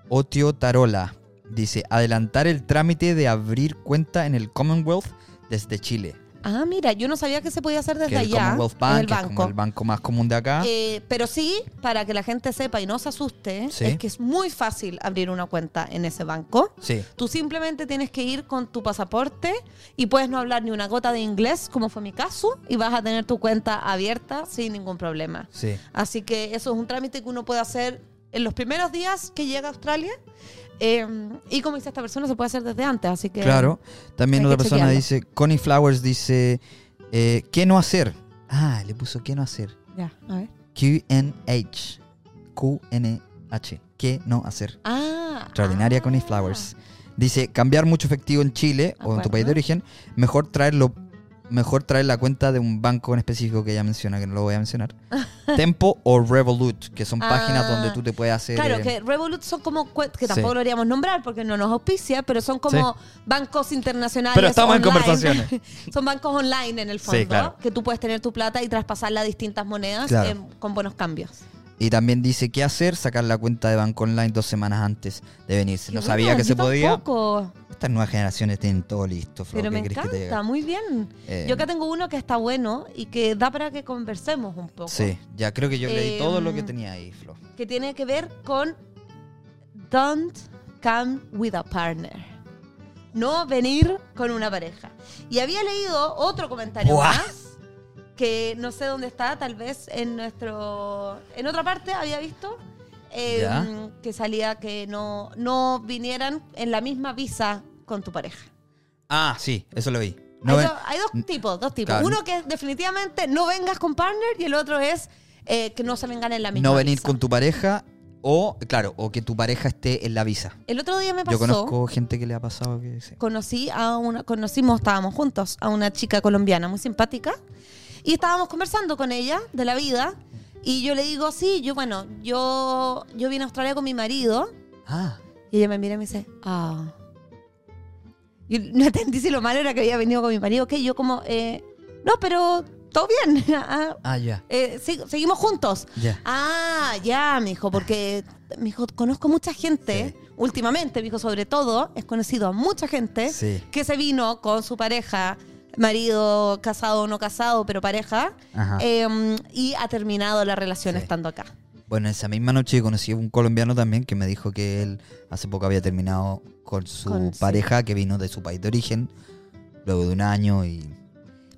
S1: Otio Tarola dice: adelantar el trámite de abrir cuenta en el Commonwealth desde Chile.
S2: Ah, mira, yo no sabía que se podía hacer desde
S1: que el
S2: allá
S1: Commonwealth
S2: en
S1: Bank
S2: el
S1: que es como
S2: banco.
S1: el banco más común de acá.
S2: Eh, pero sí, para que la gente sepa y no se asuste,
S1: Sí.
S2: es que es muy fácil abrir una cuenta en ese banco.
S1: sí.
S2: Tú simplemente tienes que ir con tu pasaporte y puedes no hablar ni una gota de inglés, como fue mi caso, y vas a tener tu cuenta abierta sin ningún problema.
S1: Sí.
S2: Así que eso es un trámite que uno puede hacer en los primeros días que llega a Australia. Eh, y como dice esta persona, se puede hacer desde antes. Así que.
S1: Claro. También
S2: Hay
S1: otra
S2: que
S1: persona
S2: chequearlo.
S1: dice: Connie Flowers dice: eh, ¿Qué no hacer? Ah, le puso: ¿Qué no hacer?
S2: Ya, a ver.
S1: QNH. QNH. ¿Qué no hacer?
S2: Ah.
S1: Extraordinaria
S2: ah.
S1: Connie Flowers. Dice, cambiar mucho efectivo en Chile o en tu
S2: Acuerdo.
S1: país de origen, mejor traerlo, mejor traer la cuenta de un banco en específico que ella menciona, que no lo voy a mencionar. Tempo o Revolut, que son páginas
S2: Ah,
S1: donde tú te puedes hacer...
S2: Claro,
S1: eh,
S2: que Revolut son como. cue- que tampoco
S1: Sí.
S2: lo deberíamos nombrar porque no nos auspicia, pero son como bancos internacionales.
S1: Pero estamos en
S2: online.
S1: conversaciones.
S2: son bancos online en el fondo.
S1: Sí, claro.
S2: Que tú puedes tener tu plata y traspasarla a distintas monedas
S1: Claro.
S2: em, con buenos cambios.
S1: Y también dice qué hacer, sacar la cuenta de banco online dos semanas antes de venirse.
S2: Qué
S1: No
S2: buena,
S1: sabía que
S2: yo
S1: se podía.
S2: tampoco,
S1: Estas nuevas generaciones tienen todo listo, Flo,
S2: pero
S1: ¿qué
S2: me
S1: crees que te diga?
S2: encanta, muy bien.
S1: Eh,
S2: Yo acá tengo uno que está bueno y que da para que conversemos un poco.
S1: Sí, ya creo que yo leí
S2: Eh,
S1: todo lo que
S2: mm.
S1: tenía ahí, Flo.
S2: Que tiene que ver con Don't come with a partner. No venir con una pareja. Y había leído otro comentario
S1: Buah.
S2: más que no sé dónde está, tal vez en nuestro. En otra parte había visto eh,
S1: Ya.
S2: que salía que no, no vinieran en la misma visa con tu pareja.
S1: Ah, sí, eso lo vi. No
S2: hay,
S1: ven-
S2: do- hay dos tipos, dos tipos.
S1: Claro.
S2: Uno que es definitivamente no vengas con partner y el otro es eh, que no se vengan en la misma
S1: no venir
S2: visa.
S1: con tu pareja o, claro, o que tu pareja esté en la visa.
S2: El otro día me pasó.
S1: Yo conozco gente que le ha pasado que sí.
S2: conocí a una, conocimos, estábamos juntos, a una chica colombiana muy simpática y estábamos conversando con ella de la vida y yo le digo, sí, yo, bueno, yo, yo vine a Australia con mi marido
S1: Ah,
S2: y ella me mira y me dice, ah. Y no entendí si lo malo era que había venido con mi marido, que yo como, eh, no, pero todo bien, ah,
S1: ah, ya.
S2: eh, sig- seguimos juntos.
S1: Ya.
S2: Ah, ya, me dijo, porque me dijo, conozco mucha gente, últimamente, me dijo, sobre todo, he conocido a mucha gente
S1: Sí.
S2: que se vino con su pareja, marido casado o no casado, pero pareja,
S1: Ajá.
S2: em, y ha terminado la relación
S1: Sí.
S2: estando acá.
S1: Bueno, esa misma noche conocí a un colombiano también que me dijo que él hace poco había terminado con su
S2: Con su-
S1: pareja que vino de su país de origen, luego de un año y...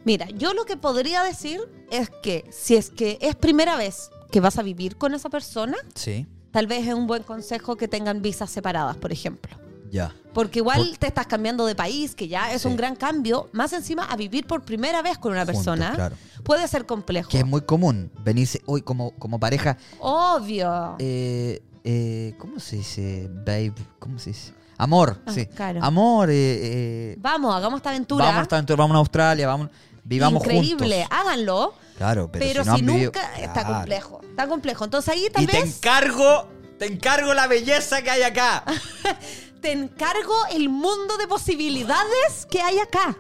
S2: Mira, yo lo que podría decir es que si es que es primera vez que vas a vivir con esa persona,
S1: Sí,
S2: tal vez es un buen consejo que tengan visas separadas, por ejemplo.
S1: ya.
S2: Porque igual
S1: Por-
S2: te estás cambiando de país, que ya es
S1: Sí.
S2: un gran cambio, más encima a vivir por primera vez con una
S1: Juntos,
S2: persona,
S1: claro.
S2: puede ser complejo.
S1: Que es muy común venirse hoy como, como pareja.
S2: Obvio.
S1: eh, eh, ¿Cómo se dice? Babe, ¿cómo se dice? Amor,
S2: Ah,
S1: sí.
S2: claro.
S1: Amor, eh, eh,
S2: Vamos, hagamos esta aventura.
S1: vamos, a esta aventura, vamos a Australia, vamos, vivamos
S2: Increíble,
S1: juntos.
S2: háganlo,
S1: Claro, pero, si,
S2: pero, si,
S1: no han
S2: nunca
S1: vivido-
S2: está
S1: Claro.
S2: complejo, está complejo. Entonces ahí tal
S1: Y te
S2: vez Ah,
S1: encargo, te encargo la belleza que hay acá.
S2: te encargo el mundo de posibilidades que hay acá.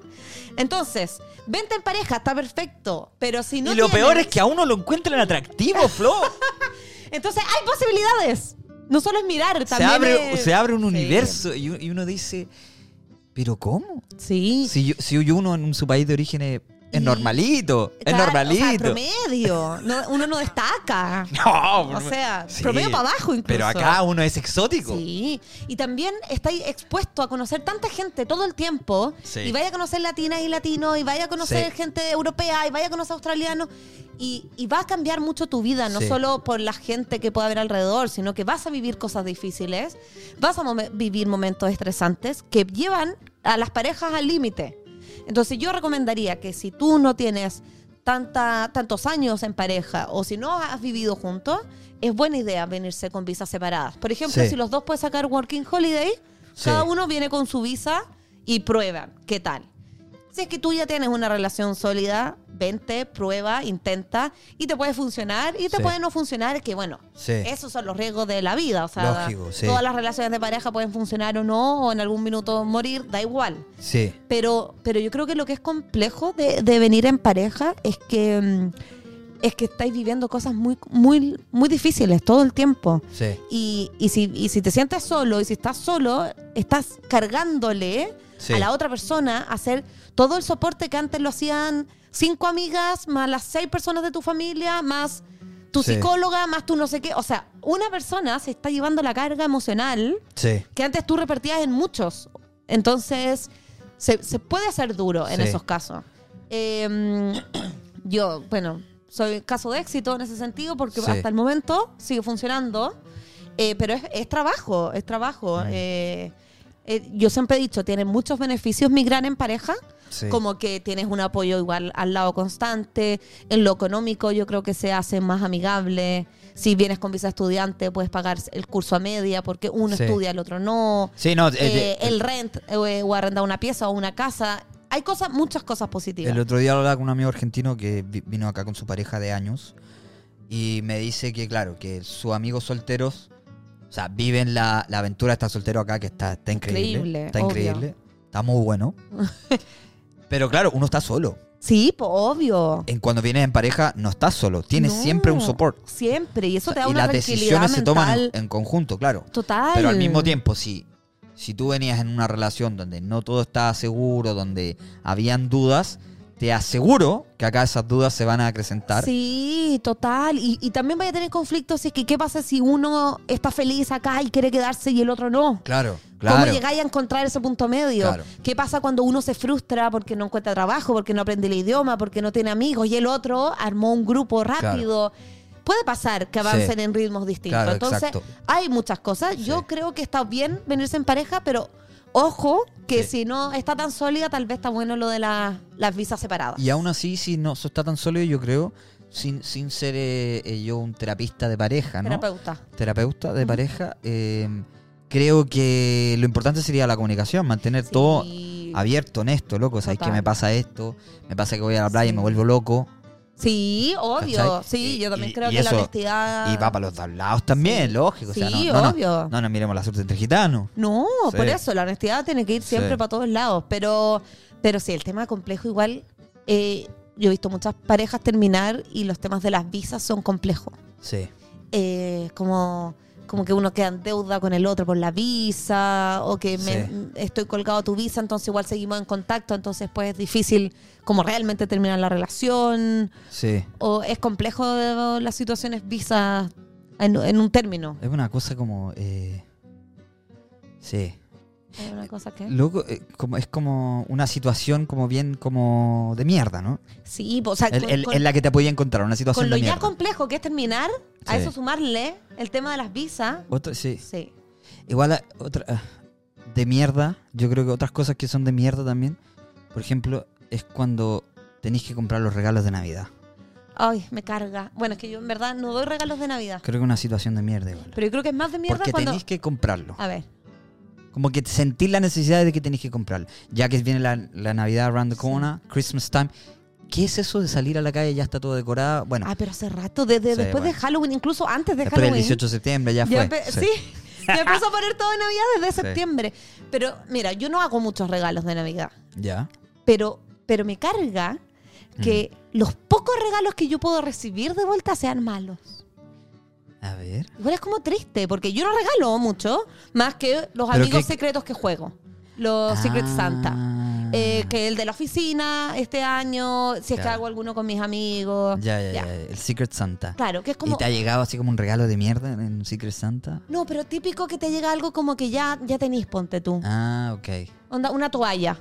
S2: Entonces, vente en pareja, está perfecto, pero si no
S1: y lo peor
S2: tienes-
S1: es que a uno lo encuentran atractivo, Flo.
S2: Entonces hay posibilidades. No solo es mirar,
S1: se,
S2: también
S1: abre,
S2: es-
S1: se abre un
S2: Sí.
S1: universo y, u- y uno dice, ¿pero cómo?
S2: Sí.
S1: Si, yo- si uno en su país de origen es, es
S2: Y-
S1: normalito, es
S2: Claro,
S1: normalito.
S2: O sea, promedio. No, uno no destaca.
S1: no,
S2: O sea,
S1: sí.
S2: promedio para abajo incluso.
S1: Pero acá uno es exótico.
S2: Sí, y también estáis expuesto a conocer tanta gente todo el tiempo.
S1: Sí.
S2: Y vaya a conocer latinas y latinos, y vaya a conocer
S1: Sí.
S2: gente europea, y vaya a conocer australianos. Y, y va a cambiar mucho tu vida, no
S1: Sí.
S2: solo por la gente que pueda haber alrededor, sino que vas a vivir cosas difíciles, vas a mome- vivir momentos estresantes que llevan a las parejas al límite. Entonces yo recomendaría que si tú no tienes tanta, tantos años en pareja o si no has vivido juntos, es buena idea venirse con visas separadas. Por ejemplo,
S1: Sí.
S2: si los dos pueden sacar Working Holiday,
S1: Sí.
S2: cada uno viene con su visa y prueban qué tal. Si es que tú ya tienes una relación sólida, vente, prueba, intenta y te puede funcionar y te
S1: Sí.
S2: puede no funcionar, que bueno,
S1: Sí.
S2: esos son los riesgos de la vida. O sea,
S1: Lógico, sí.
S2: todas las relaciones de pareja pueden funcionar o no, o en algún minuto morir, da igual.
S1: Sí.
S2: Pero, pero yo creo que lo que es complejo de, de venir en pareja es que mm, es que estáis viviendo cosas muy, muy, muy difíciles todo el tiempo.
S1: Sí.
S2: Y, y si, y si te sientes solo y si estás solo, estás cargándole
S1: Sí.
S2: a la otra persona hacer todo el soporte que antes lo hacían cinco amigas, más las seis personas de tu familia, más tu
S1: Sí.
S2: psicóloga, más tu no sé qué. O sea, una persona se está llevando la carga emocional
S1: Sí.
S2: que antes tú repartías en muchos. Entonces, se, se puede hacer duro en
S1: Sí.
S2: esos casos. Eh, yo, bueno, soy caso de éxito en ese sentido porque
S1: Sí.
S2: hasta el momento sigue funcionando, eh, pero es, es trabajo, es trabajo. Eh, eh, yo siempre he dicho, tiene muchos beneficios migrar en pareja,
S1: Sí.
S2: como que tienes un apoyo igual al lado constante, en lo económico yo creo que se hace más amigable, si vienes con visa estudiante puedes pagar el curso a media porque uno
S1: Sí.
S2: estudia, el otro no,
S1: Sí, no, eh,
S2: Eh,
S1: eh,
S2: el rent eh, o arrendar una pieza o una casa, hay cosas, muchas cosas positivas.
S1: El otro día hablaba con un amigo argentino que vi- vino acá con su pareja de años y me dice que, claro, que sus amigos solteros, o sea, viven la, la aventura de estar soltero acá, que está, está increíble.
S2: Increíble,
S1: está
S2: obvio.
S1: increíble. Está muy bueno. Pero claro, uno está solo.
S2: Sí, po, obvio.
S1: En cuando vienes en pareja, no estás solo. Tienes
S2: No,
S1: siempre un soporte.
S2: Siempre, y eso te da
S1: y
S2: una
S1: las
S2: tranquilidad
S1: decisiones se toman en-
S2: mental.
S1: en conjunto, claro.
S2: Total.
S1: Pero al mismo tiempo, si, si tú venías en una relación donde no todo estaba seguro, donde habían dudas, te aseguro que acá esas dudas se van a acrecentar.
S2: Sí, total. Y, y también vaya a tener conflictos si es que qué pasa si uno está feliz acá y quiere quedarse y el otro no.
S1: Claro,
S2: ¿Cómo
S1: claro.
S2: llegáis a encontrar ese punto medio?
S1: Claro.
S2: ¿Qué pasa cuando uno se frustra porque no encuentra trabajo, porque no aprende el idioma, porque no tiene amigos y el otro armó un grupo rápido? Puede pasar que avancen en ritmos distintos.
S1: Claro,
S2: Entonces,
S1: exacto.
S2: hay muchas cosas.
S1: Sí.
S2: Yo creo que está bien venirse en pareja, pero ojo que
S1: Sí.
S2: si no está tan sólida, tal vez está bueno lo de la- las visas separadas.
S1: Y aún así, si no eso está tan sólido, yo creo, sin, sin ser eh, eh, yo un terapista de pareja, ¿no?
S2: Terapeuta.
S1: Terapeuta de pareja, eh, creo que lo importante sería la comunicación, mantener todo
S2: Sí.
S1: abierto, honesto, loco. ¿Sabes que
S2: Total.
S1: me pasa esto? Me pasa que voy a la playa y
S2: Sí.
S1: me vuelvo loco.
S2: Sí, obvio.
S1: ¿Cachai?
S2: Sí,
S1: Y-
S2: yo también
S1: y-
S2: creo
S1: y
S2: que
S1: eso-
S2: la honestidad.
S1: Y va para los dos lados también, lógico. o sea,
S2: Ah. Sí,
S1: no, no, no,
S2: obvio.
S1: No nos miremos la suerte entre gitanos.
S2: No,
S1: Sí.
S2: por eso, la honestidad tiene que ir siempre
S1: Sí.
S2: para todos lados. Pero, pero sí, el tema complejo igual, eh, yo he visto muchas parejas terminar y los temas de las visas son complejos.
S1: Sí.
S2: Eh, como, como que uno queda en deuda con el otro por la visa, o que me-
S1: Sí.
S2: estoy colgado a tu visa, entonces igual seguimos en contacto, entonces pues es difícil como realmente terminar la relación,
S1: Sí.
S2: o es complejo eh, las situaciones visas en, en un término.
S1: Es una cosa como. eh, sí.
S2: Es una cosa que...
S1: Loco, eh, como, es como una situación como bien como de mierda, ¿no?
S2: Sí, o sea,
S1: El-
S2: Ah, con-
S1: el-
S2: con-
S1: en la que te podía encontrar, una
S2: Con
S1: situación
S2: lo
S1: de
S2: ya
S1: mierda.
S2: complejo que es terminar, a
S1: Sí.
S2: eso sumarle el tema de las visas.
S1: Otra- sí.
S2: Sí.
S1: Igual a otra ah, de mierda, yo creo que otras cosas que son de mierda también, por ejemplo, es cuando tenéis que comprar los regalos de Navidad.
S2: Ay, me carga. Bueno, es que yo en verdad no doy regalos de Navidad.
S1: Creo que es una situación de mierda igual.
S2: Pero yo creo que es más de mierda
S1: Porque
S2: cuando. Ah.
S1: tenéis que comprarlo.
S2: A ver.
S1: Como que sentís la necesidad de que tenéis que comprarlo. Ya que viene la, la Navidad around the corner, Christmas time. ¿Qué es eso de salir a la calle ya está todo decorado? Bueno,
S2: Ah, pero hace rato, desde
S1: Sí,
S2: después de
S1: bueno.
S2: Halloween, incluso antes de
S1: después del
S2: Halloween.
S1: 18 de septiembre ya
S2: ya
S1: fue.
S2: empe- sí. me empezó a poner todo de Navidad desde septiembre. Pero mira, yo no hago muchos regalos de Navidad.
S1: Ya.
S2: Pero, pero me carga que
S1: Mm.
S2: los pocos regalos que yo puedo recibir de vuelta sean malos.
S1: A ver.
S2: Igual es como triste, porque yo no regalo mucho, más que los
S1: Pero
S2: amigos
S1: qué-
S2: secretos que juego. Los Oh, Secret
S1: Ah.
S2: Santa. Eh, que el de la oficina este año, si es que
S1: Claro.
S2: hago alguno con mis amigos.
S1: Ya, ya, ya, El Secret Santa.
S2: Claro, que es como...
S1: ¿Y te ha llegado así como un regalo de mierda en un Secret Santa?
S2: No, pero típico que te llega algo como que ya, ya tenís, ponte tú.
S1: Ah, ok.
S2: Onda, una toalla.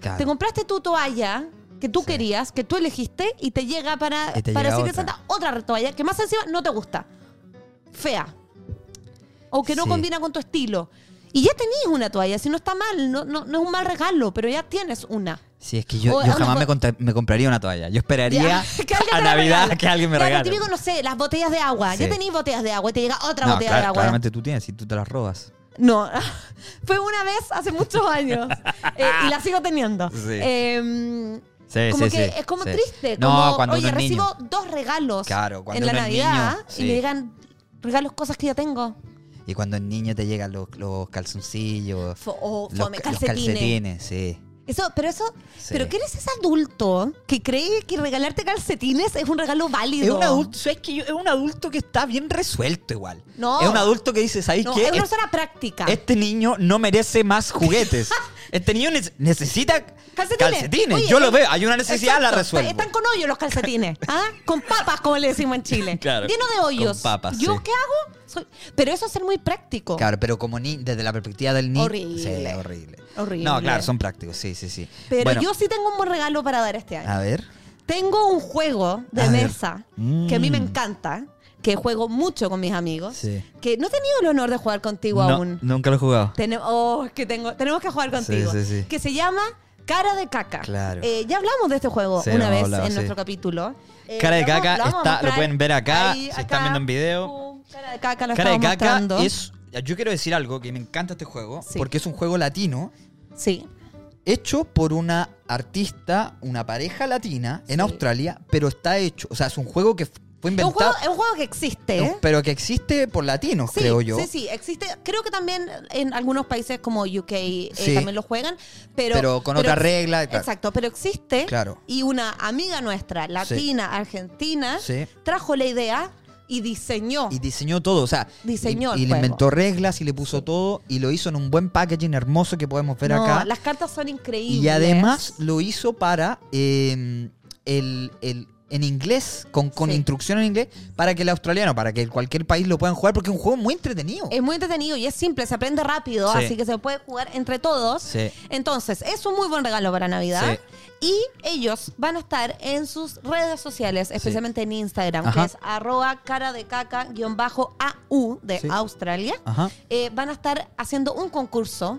S1: Claro.
S2: Te compraste tu toalla que tú
S1: Ah. Sí.
S2: querías, que tú elegiste, y te llega para,
S1: Y te
S2: para
S1: llega
S2: Secret
S1: otra.
S2: Santa otra toalla que más encima no te gusta. Fea. O que no
S1: Sí.
S2: combina con tu estilo. Y ya tenías una toalla, si no está mal, no, no, no es un mal regalo, pero ya tienes una.
S1: Sí, es que yo,
S2: O
S1: yo
S2: una
S1: jamás
S2: co-
S1: me, contra- me compraría una toalla. Yo esperaría
S2: Ya, que alguien
S1: a
S2: te la
S1: Navidad
S2: regale.
S1: que alguien me
S2: Ya, lo
S1: regale.
S2: típico, no sé, las botellas de agua. Ya
S1: Sí.
S2: tenías botellas de agua y te llega otra
S1: No,
S2: botella
S1: claro,
S2: de agua.
S1: claramente tú tienes y tú te las robas.
S2: No, fue una vez hace muchos años eh, y la sigo teniendo.
S1: Sí.
S2: Eh,
S1: Sí,
S2: como
S1: sí,
S2: que
S1: sí,
S2: es como
S1: sí.
S2: triste.
S1: No,
S2: como,
S1: cuando
S2: oye,
S1: uno es niño.
S2: recibo dos regalos
S1: Claro, cuando
S2: en la
S1: uno es
S2: Navidad
S1: niño,
S2: y
S1: sí.
S2: me llegan regalos, cosas que ya tengo.
S1: Y cuando el niño te llegan los, los calzoncillos,
S2: Fo- o
S1: los,
S2: fome,
S1: ca- los
S2: calcetines.
S1: calcetines, sí.
S2: Eso, pero eso,
S1: Sí.
S2: pero que eres ese adulto que cree que regalarte calcetines es un regalo válido.
S1: Es un adulto, ¿sabes que yo- es un adulto que está bien resuelto igual.
S2: No.
S1: Es un adulto que dice, ¿sabes
S2: No,
S1: qué?
S2: es una
S1: Es-
S2: persona práctica.
S1: Este niño no merece más juguetes. este niño ne- necesita calcetines.
S2: Calcetines. Oye,
S1: Yo lo
S2: es-
S1: veo, hay una necesidad, la
S2: Exacto.
S1: resuelvo.
S2: Están con hoyos los calcetines, ¿ah? Con papas, como le decimos en Chile.
S1: Claro.
S2: Lleno de hoyos.
S1: Con papas,
S2: ¿Yo
S1: sí.
S2: qué hago? Soy- Pero eso es ser muy práctico.
S1: Claro, pero como ni desde la perspectiva del niño.
S2: Horrible.
S1: Sí, horrible.
S2: Horrible.
S1: No, claro, son prácticos, sí, sí, sí.
S2: Pero
S1: Bueno,
S2: yo sí tengo un buen regalo para dar este año.
S1: A ver.
S2: Tengo un juego de
S1: A ver.
S2: mesa que a mí me
S1: Mm.
S2: encanta, que juego mucho con mis amigos,
S1: Sí.
S2: que no he tenido el honor de jugar contigo aún.
S1: Nunca lo he jugado.
S2: Tene- oh, es que tengo, tenemos que jugar contigo.
S1: Sí, sí, sí.
S2: Que se llama Cara de Caca.
S1: Claro.
S2: Eh, ya hablamos de este juego
S1: Sí, lo
S2: una
S1: hemos
S2: vez
S1: hablado,
S2: en
S1: sí.
S2: nuestro capítulo. Eh,
S1: Cara de
S2: lo vamos-
S1: Caca
S2: lo vamos a
S1: está- lo
S2: mostrar
S1: pueden ver acá,
S2: ahí,
S1: si están viendo en video.
S2: Pum, cara de Caca la
S1: Cara de
S2: estamos
S1: caca
S2: mostrando.
S1: es. Yo quiero decir algo que me encanta este juego,
S2: Sí.
S1: porque es un juego latino
S2: Sí.
S1: hecho por una artista, una pareja latina en
S2: Sí.
S1: Australia, pero está hecho, o sea, es un juego que f- Fue
S2: Es un,
S1: inventado.
S2: juego, es un juego que existe. ¿eh?
S1: Pero que existe por latinos,
S2: Sí,
S1: creo yo.
S2: sí, sí, existe. Creo que también en algunos países como UK eh,
S1: Sí.
S2: también lo juegan, pero...
S1: Pero con otra regla, claro.
S2: Exacto, pero existe.
S1: Claro.
S2: Y una amiga nuestra, latina, argentina,
S1: Sí.
S2: trajo la idea y diseñó.
S1: Y diseñó todo, o sea,
S2: Diseñó
S1: y, y
S2: el
S1: le
S2: juego.
S1: inventó reglas y le puso todo y lo hizo en un buen packaging hermoso que podemos ver
S2: No,
S1: acá.
S2: Las cartas son increíbles.
S1: Y además lo hizo para eh, el, el- en inglés, con, con
S2: Sí.
S1: instrucción en inglés, para que el australiano, para que cualquier país lo puedan jugar, porque es un juego muy entretenido.
S2: Es muy entretenido y es simple, se aprende rápido,
S1: Sí.
S2: así que se puede jugar entre todos.
S1: Sí.
S2: Entonces, es un muy buen regalo para Navidad. Y ellos van a estar en sus redes sociales, especialmente en Instagram,
S1: Ajá.
S2: que es arroba cara de caca guión bajo AU de
S1: Sí.
S2: Australia.
S1: Ajá.
S2: Eh, van a estar haciendo un concurso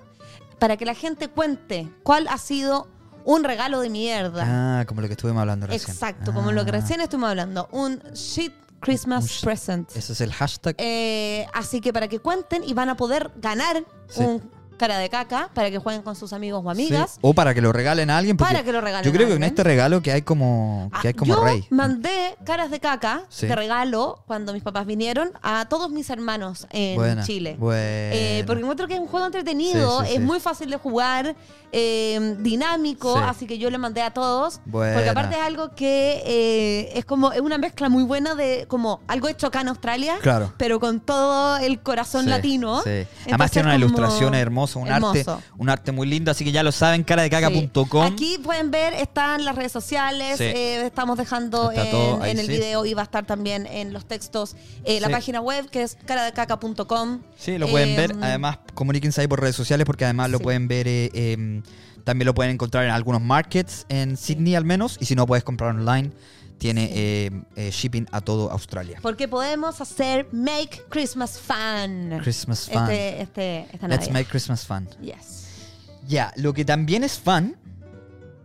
S2: para que la gente cuente cuál ha sido un regalo de mierda.
S1: Ah, como lo que estuvimos hablando recién.
S2: Exacto, como lo que
S1: Ah.
S2: recién estuvimos hablando. Un shit
S1: Un
S2: Christmas
S1: shit-
S2: present.
S1: Ese es el hashtag.
S2: Eh, así que para que cuenten y van a poder ganar
S1: Sí.
S2: un cara de caca para que jueguen con sus amigos o amigas.
S1: Sí. O para que lo regalen a alguien. porque
S2: Para que lo regalen
S1: Yo creo
S2: a
S1: que en
S2: alguien.
S1: este regalo que hay como,
S2: Ah,
S1: que hay como
S2: yo
S1: rey.
S2: mandé caras de caca
S1: Sí.
S2: de regalo cuando mis papás vinieron a todos mis hermanos en Chile.
S1: Bueno.
S2: Eh, porque encuentro que es un juego entretenido,
S1: Sí, sí,
S2: es
S1: sí.
S2: muy fácil de jugar, eh, dinámico,
S1: Sí.
S2: así que yo le mandé a todos. Porque
S1: Buena.
S2: aparte es algo que eh, es como es una mezcla muy buena de como algo hecho acá en Australia,
S1: Claro.
S2: pero con todo el corazón
S1: Sí,
S2: latino.
S1: sí. Además
S2: Entonces,
S1: tiene una
S2: como-
S1: ilustración hermosa, un
S2: hermoso.
S1: arte, un arte muy lindo, así que ya lo saben,
S2: Sí.
S1: caradecaca.com.
S2: Aquí pueden ver, están las redes sociales,
S1: Sí.
S2: eh, estamos dejando
S1: Está
S2: en,
S1: todo ahí,
S2: en el
S1: sí.
S2: video y va a estar también en los textos eh, la
S1: Sí.
S2: página web que es caradecaca.com.
S1: Sí, lo pueden
S2: Eh,
S1: ver. Además, comuníquense ahí por redes sociales porque además lo
S2: Sí.
S1: pueden ver, eh, eh, también lo pueden encontrar en algunos markets, en Sydney al menos, y si no puedes comprar online, tiene eh, eh, shipping a todo Australia.
S2: Porque podemos hacer Make Christmas Fun.
S1: Christmas fun.
S2: Este, este, esta
S1: Let's
S2: Navidad.
S1: make Christmas fun.
S2: Yes.
S1: Ya, lo que también es fan,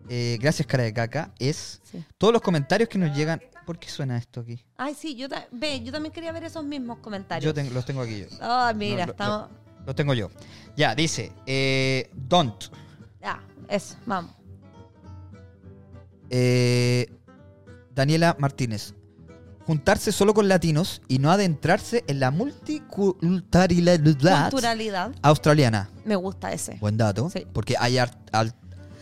S1: eh, gracias cara de caca, es
S2: Sí.
S1: todos los comentarios que nos llegan. ¿Por qué suena esto aquí?
S2: Ay, sí, yo, ta- ve, yo también quería ver esos mismos comentarios.
S1: Yo tengo- los tengo aquí yo.
S2: Ay, mira,
S1: No, lo-
S2: estamos...
S1: Los tengo yo. Ya, dice, eh, don't.
S2: Ah, eso, vamos.
S1: Eh, Daniela Martínez. Juntarse solo con latinos y no adentrarse en la multiculturalidad
S2: Culturalidad.
S1: australiana.
S2: Me gusta ese.
S1: Buen dato.
S2: Sí.
S1: Porque hay ar- al-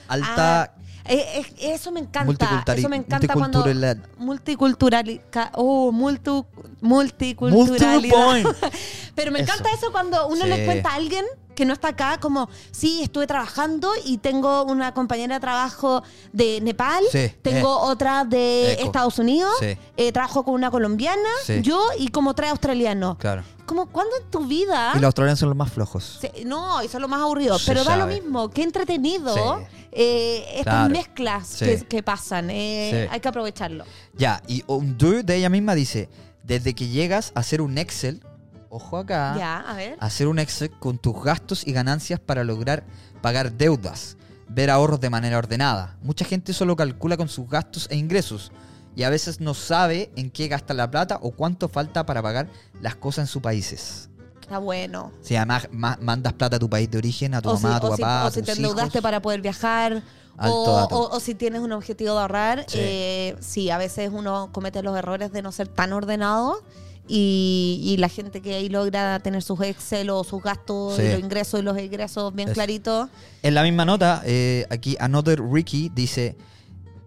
S2: Ah,
S1: alta...
S2: eh, eh, eso me encanta.
S1: Multicultari-
S2: eso me encanta cuando
S1: multiculturalidad.
S2: multiculturalidad. Oh, multu-
S1: Multiple
S2: multiculturalidad.
S1: point.
S2: Pero me encanta
S1: Eso.
S2: eso cuando uno
S1: Sí.
S2: le cuenta a alguien que no está acá, como, sí, estuve trabajando y tengo una compañera de trabajo de Nepal,
S1: Sí, eh,
S2: tengo otra de
S1: Eco.
S2: Estados Unidos,
S1: Sí.
S2: eh, trabajo con una colombiana,
S1: Sí.
S2: yo y como tres australianos.
S1: Claro.
S2: Como, ¿cuándo en tu vida?
S1: Y los australianos son los más flojos.
S2: Se- no, eso es lo más aburrido.
S1: Se
S2: pero da lo
S1: sabe.
S2: mismo, qué entretenido
S1: Sí.
S2: eh, estas
S1: Claro.
S2: mezclas
S1: Sí.
S2: que, que pasan. eh,
S1: Sí.
S2: Hay que aprovecharlo.
S1: Ya, y un dude de ella misma dice, desde que llegas a hacer un Excel, ojo acá,
S2: Ya, a ver.
S1: hacer un Excel con tus gastos y ganancias para lograr pagar deudas, ver ahorros de manera ordenada. Mucha gente solo calcula con sus gastos e ingresos y a veces no sabe en qué gasta la plata o cuánto falta para pagar las cosas en sus países.
S2: Está bueno.
S1: Si además ma- mandas plata a tu país de origen, a tu
S2: o
S1: mamá,
S2: si,
S1: a tu
S2: o si-
S1: papá,
S2: o
S1: a
S2: si
S1: tus
S2: te endeudaste
S1: hijos.
S2: para poder viajar.
S1: Alto
S2: O,
S1: dato.
S2: o- o si tienes un objetivo de ahorrar.
S1: Sí.
S2: eh, sí, a veces uno comete los errores de no ser tan ordenado. Y, y la gente que ahí logra tener sus Excel o sus gastos
S1: Sí.
S2: y los ingresos y los egresos bien
S1: Es-
S2: claritos.
S1: En la misma nota, eh, aquí Another Ricky dice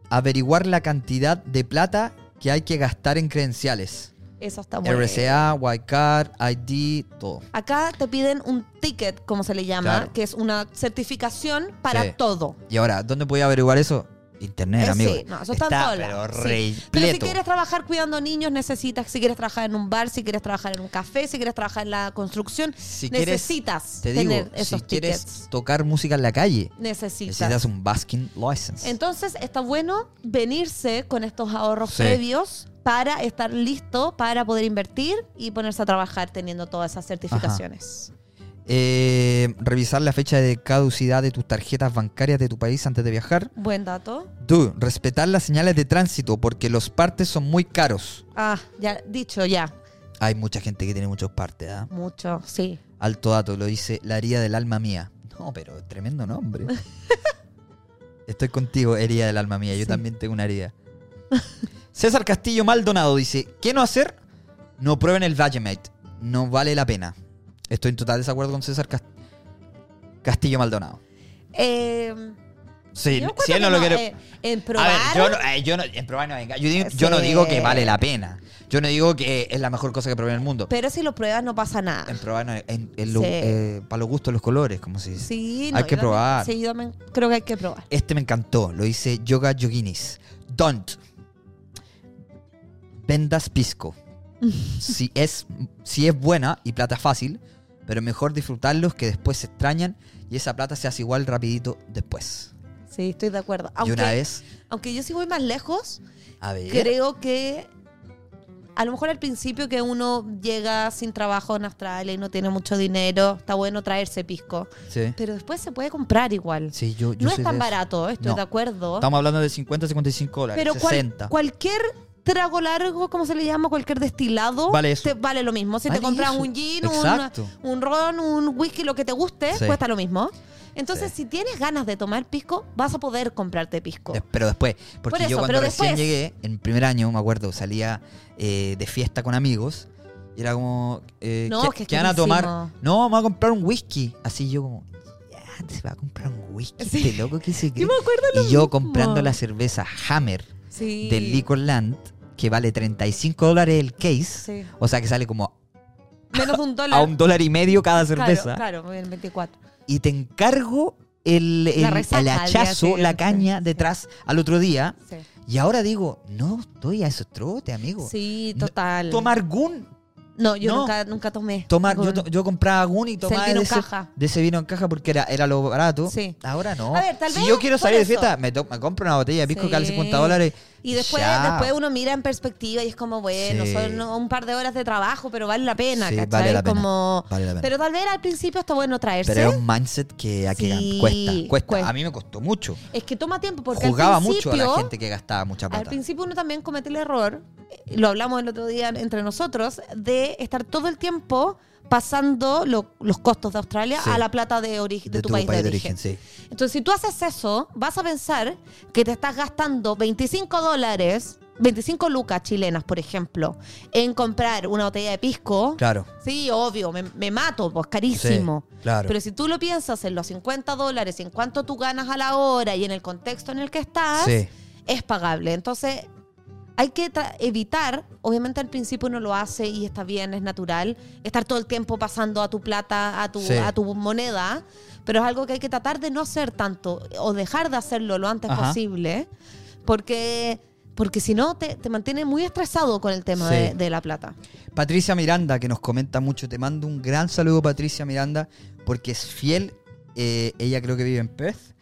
S1: averiguar la cantidad de plata que hay que gastar en credenciales.
S2: Eso está bueno.
S1: RCA, Wildcard, ID, todo.
S2: Acá te piden un ticket, como se le llama,
S1: Claro.
S2: que es una certificación para
S1: Sí.
S2: todo.
S1: Y ahora, ¿dónde podía averiguar eso? Internet,
S2: Eh,
S1: amigo.
S2: sí, no, eso está en todos
S1: pero
S2: lados, sí.
S1: repleto.
S2: Pero si quieres trabajar cuidando niños, necesitas, si quieres trabajar en un bar, si quieres trabajar en un café, si quieres trabajar en la construcción,
S1: Si quieres-
S2: necesitas
S1: te digo,
S2: tener esos
S1: si quieres
S2: tickets.
S1: tocar música en la calle,
S2: Necesitas.
S1: necesitas un basking license.
S2: Entonces está bueno venirse con estos ahorros
S1: Sí.
S2: previos para estar listo para poder invertir y ponerse a trabajar teniendo todas esas certificaciones.
S1: Eh, revisar la fecha de caducidad de tus tarjetas bancarias de tu país antes de viajar.
S2: Buen dato.
S1: Dude, respetar las señales de tránsito porque los partes son muy caros.
S2: Ah, ya dicho ya.
S1: Hay mucha gente que tiene muchos partes, ¿ah?
S2: Mucho, sí.
S1: Alto dato, lo dice la herida del alma mía. No, pero tremendo nombre. Estoy contigo, herida del alma mía. Yo
S2: Sí.
S1: también tengo una herida. César Castillo Maldonado dice, ¿qué no hacer? No prueben el Vagemate. No vale la pena. Estoy en total desacuerdo con César Cas- Castillo Maldonado.
S2: Eh,
S1: Sí,
S2: yo
S1: si
S2: encuentro
S1: él no
S2: que
S1: lo quiere...
S2: eh, en
S1: A
S2: probar.
S1: ver, yo no, eh, yo no- en probar no venga. Yo, digo- yo no
S2: Sí.
S1: digo que vale la pena. Yo no digo que es la mejor cosa que probé en el mundo.
S2: Pero si lo pruebas no pasa nada.
S1: En probar no- en- en
S2: Sí.
S1: para los gustos, los colores, como se dice.
S2: Sí,
S1: Hay
S2: no,
S1: que
S2: yo también-
S1: probar.
S2: Sí, yo también creo que hay que probar.
S1: Este me encantó. Lo dice Yoga Yoginis. Don't. Vendas pisco. si, es, si es buena y plata fácil, pero mejor disfrutarlos que después se extrañan y esa plata se hace igual rapidito después.
S2: Sí, estoy de acuerdo.
S1: Y
S2: Aunque,
S1: una vez,
S2: aunque yo sí voy más lejos,
S1: a ver,
S2: creo que a lo mejor al principio que uno llega sin trabajo en Australia y no tiene mucho dinero, está bueno traerse pisco.
S1: sí.
S2: Pero después se puede comprar igual.
S1: Sí, yo, yo
S2: no
S1: soy
S2: es
S1: de
S2: tan
S1: eso.
S2: barato, estoy
S1: No.
S2: de acuerdo.
S1: Estamos hablando de 50, 55 dólares,
S2: pero cual-
S1: 60.
S2: cualquier trago largo, como se le llama, cualquier destilado,
S1: Vale eso.
S2: te vale lo mismo. Si
S1: Vale
S2: te compras
S1: eso.
S2: un gin, un-
S1: Exacto.
S2: Un, ron, un whisky, lo que te guste,
S1: Sí.
S2: cuesta lo mismo. Entonces,
S1: Sí.
S2: si tienes ganas de tomar pisco, vas a poder comprarte pisco.
S1: Des- Pero después, porque
S2: Por eso,
S1: yo cuando
S2: pero
S1: recién
S2: después.
S1: llegué, en primer año, me acuerdo, salía eh, de fiesta con amigos. Y era como, eh,
S2: No,
S1: ¿qué,
S2: es que es
S1: qué van a tomar?
S2: carísimo.
S1: No, vamos a comprar un whisky. Así yo como, ya, se va a comprar un whisky.
S2: Sí.
S1: Este loco que se cree.
S2: Yo me acuerdo
S1: Y yo
S2: lo mismo.
S1: comprando la cerveza Hammer
S2: Sí.
S1: del Liquorland, que vale 35 dólares el case.
S2: Sí.
S1: O sea, que sale como
S2: Menos de un dólar.
S1: a un dólar y medio cada cerveza.
S2: Claro, claro, en 24.
S1: Y te encargo el, el,
S2: La resaca
S1: el
S2: al día
S1: hachazo, la
S2: siguiente.
S1: caña
S2: Sí.
S1: detrás al otro día.
S2: Sí,
S1: Y ahora digo, no estoy a esos trotes, amigo.
S2: Sí,
S1: No,
S2: total.
S1: Tomar gun,
S2: no, yo
S1: no.
S2: Nunca, nunca tomé.
S1: tomar, yo,
S2: Con-
S1: to- yo compraba gun y tomaba
S2: vino
S1: de,
S2: en
S1: ese,
S2: caja.
S1: de ese vino en caja porque era, era lo barato.
S2: Sí.
S1: Ahora no.
S2: A ver, tal
S1: si
S2: vez
S1: yo quiero
S2: por
S1: salir de
S2: eso.
S1: fiesta, me, to- me compro una botella de pisco que vale
S2: Sí.
S1: 50 dólares.
S2: Y después,
S1: ya.
S2: después uno mira en perspectiva y es como, bueno,
S1: Sí.
S2: son un par de horas de trabajo, pero vale la pena,
S1: Sí,
S2: ¿cachai?
S1: vale la pena,
S2: Como-
S1: vale la pena.
S2: Pero tal vez al principio está bueno traerse.
S1: Pero era un mindset que, a que gan-
S2: Sí,
S1: cuesta, cuesta.
S2: cuesta.
S1: A mí me costó mucho.
S2: Es que toma tiempo porque
S1: Jugaba
S2: al
S1: mucho
S2: principio,
S1: a la gente que gastaba mucha
S2: al
S1: plata.
S2: principio uno también comete el error, eh, lo hablamos el otro día entre nosotros, de estar todo el tiempo pasando lo- los costos de Australia
S1: Sí.
S2: a la plata de, ori- de, tu, país, de origen.
S1: sí.
S2: Entonces, si tú haces eso, vas a pensar que te estás gastando 25 dólares, 25 lucas chilenas, por ejemplo, en comprar una botella de pisco.
S1: Claro.
S2: Sí, obvio, me, me mato, pues carísimo.
S1: Sí, claro.
S2: Pero si tú lo piensas en los 50 dólares, en cuánto tú ganas a la hora y en el contexto en el que estás,
S1: Sí.
S2: es pagable. Entonces, hay que tra- evitar, obviamente al principio uno lo hace y está bien, es natural, estar todo el tiempo pasando a tu plata, a tu,
S1: Sí.
S2: a tu moneda, pero es algo que hay que tratar de no hacer tanto o dejar de hacerlo lo antes
S1: Ajá.
S2: posible, porque, porque si no te, te mantiene muy estresado con el tema
S1: Sí.
S2: de, de la plata.
S1: Patricia Miranda, que nos comenta mucho, te mando un gran saludo, Patricia Miranda, porque es fiel. eh, ella creo que vive en Perth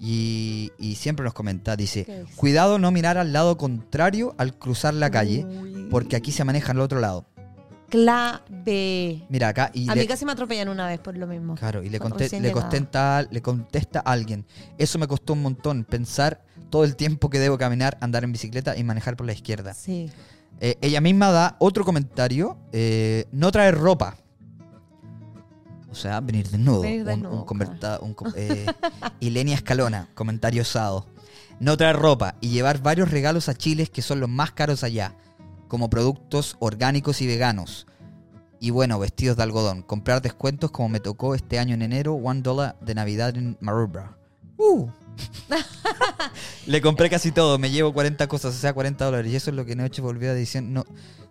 S1: y, y siempre nos comenta:
S2: ¿Qué
S1: dice,
S2: dice?
S1: cuidado no mirar al lado contrario al cruzar la calle,
S2: Uy.
S1: porque aquí se maneja al otro lado.
S2: Clave.
S1: Mira acá y
S2: A mí
S1: le,
S2: casi me atropellan una vez por lo mismo.
S1: claro, y le,
S2: cuando
S1: conte-
S2: recién
S1: le,
S2: llegaba.
S1: contenta, le contesta a alguien: Eso me costó un montón, pensar todo el tiempo que debo caminar, andar en bicicleta y manejar por la izquierda.
S2: Sí.
S1: Eh, ella misma da otro comentario. eh, no traer ropa. O sea, venir desnudo.
S2: Venir
S1: Un-
S2: desnudo,
S1: un converta- un com- eh, Ilenia Escalona, comentario osado. No traer ropa y llevar varios regalos a Chile que son los más caros allá, como productos orgánicos y veganos. Y bueno, vestidos de algodón. Comprar descuentos como me tocó este año en enero, one dólar de Navidad en Maroubra. ¡Uh! Le compré casi todo, me llevo 40 cosas, o sea, 40 dólares. Y eso es lo que Noche volvió a decir. No,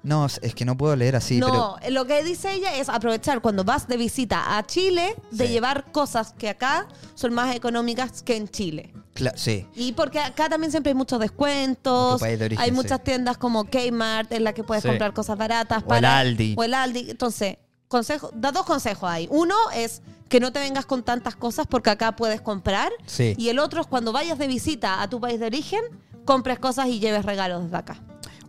S1: no, es que no puedo leer así, pero.
S2: no, lo que dice ella es aprovechar cuando vas de visita a Chile de
S1: Sí.
S2: llevar cosas que acá son más económicas que en Chile.
S1: Cla- sí,
S2: Y porque acá también siempre hay muchos
S1: En
S2: descuentos,
S1: tu país de origen,
S2: hay
S1: sí.
S2: muchas tiendas como Kmart en las que puedes
S1: Sí.
S2: comprar cosas baratas.
S1: O el Aldi.
S2: O el Aldi. Entonces, consejo, da dos consejos ahí. Uno es que no te vengas con tantas cosas porque acá puedes comprar.
S1: sí.
S2: Y el otro es cuando vayas de visita a tu país de origen, compres cosas y lleves regalos desde acá.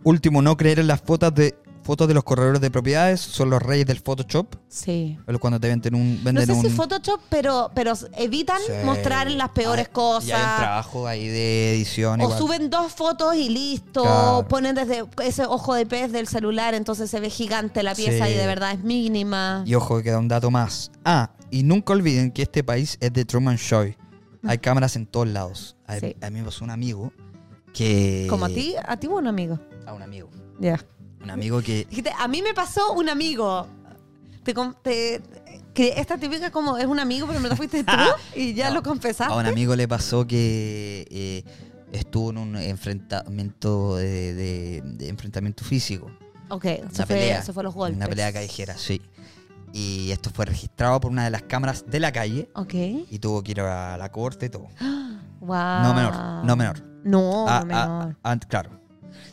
S1: Último, no creer en las fotos de fotos de los corredores de propiedades. Son los reyes del Photoshop.
S2: Sí.
S1: Es Cuando te venden un.
S2: No
S1: Venden
S2: sé si
S1: un-
S2: Photoshop, pero, pero evitan
S1: Sí.
S2: mostrar las peores
S1: Ah,
S2: cosas.
S1: Y hay un trabajo ahí de edición.
S2: O
S1: igual.
S2: suben dos fotos y listo.
S1: Claro.
S2: o Ponen desde ese ojo de pez del celular, entonces se ve gigante la pieza
S1: Sí.
S2: y de verdad es mínima.
S1: Y ojo, que queda un dato más. Ah, y nunca olviden que este país es de Truman Show. Hay cámaras en todos lados. A,
S2: Mm. Sí.
S1: a mí me pasó un amigo que...
S2: Como a ti, a ti o a un amigo.
S1: A un amigo.
S2: Ya.
S1: Un amigo que...
S2: Dijiste, a mí me pasó un amigo. Te, com- te- que esta típica como es un amigo, pero me lo fuiste tú y ya
S1: No.
S2: lo confesaste.
S1: A un amigo le pasó que eh, estuvo en un enfrentamiento de, de- de enfrentamiento físico.
S2: ok, se
S1: una
S2: fue,
S1: pelea.
S2: se fue a los golpes.
S1: Una pelea callejera, sí. Y esto fue registrado por una de las cámaras de la calle
S2: Ok.
S1: y tuvo que ir a la corte y todo.
S2: Wow.
S1: No menor, no menor.
S2: Ah. No,
S1: Ah,
S2: no
S1: ah,
S2: menor.
S1: ah, claro.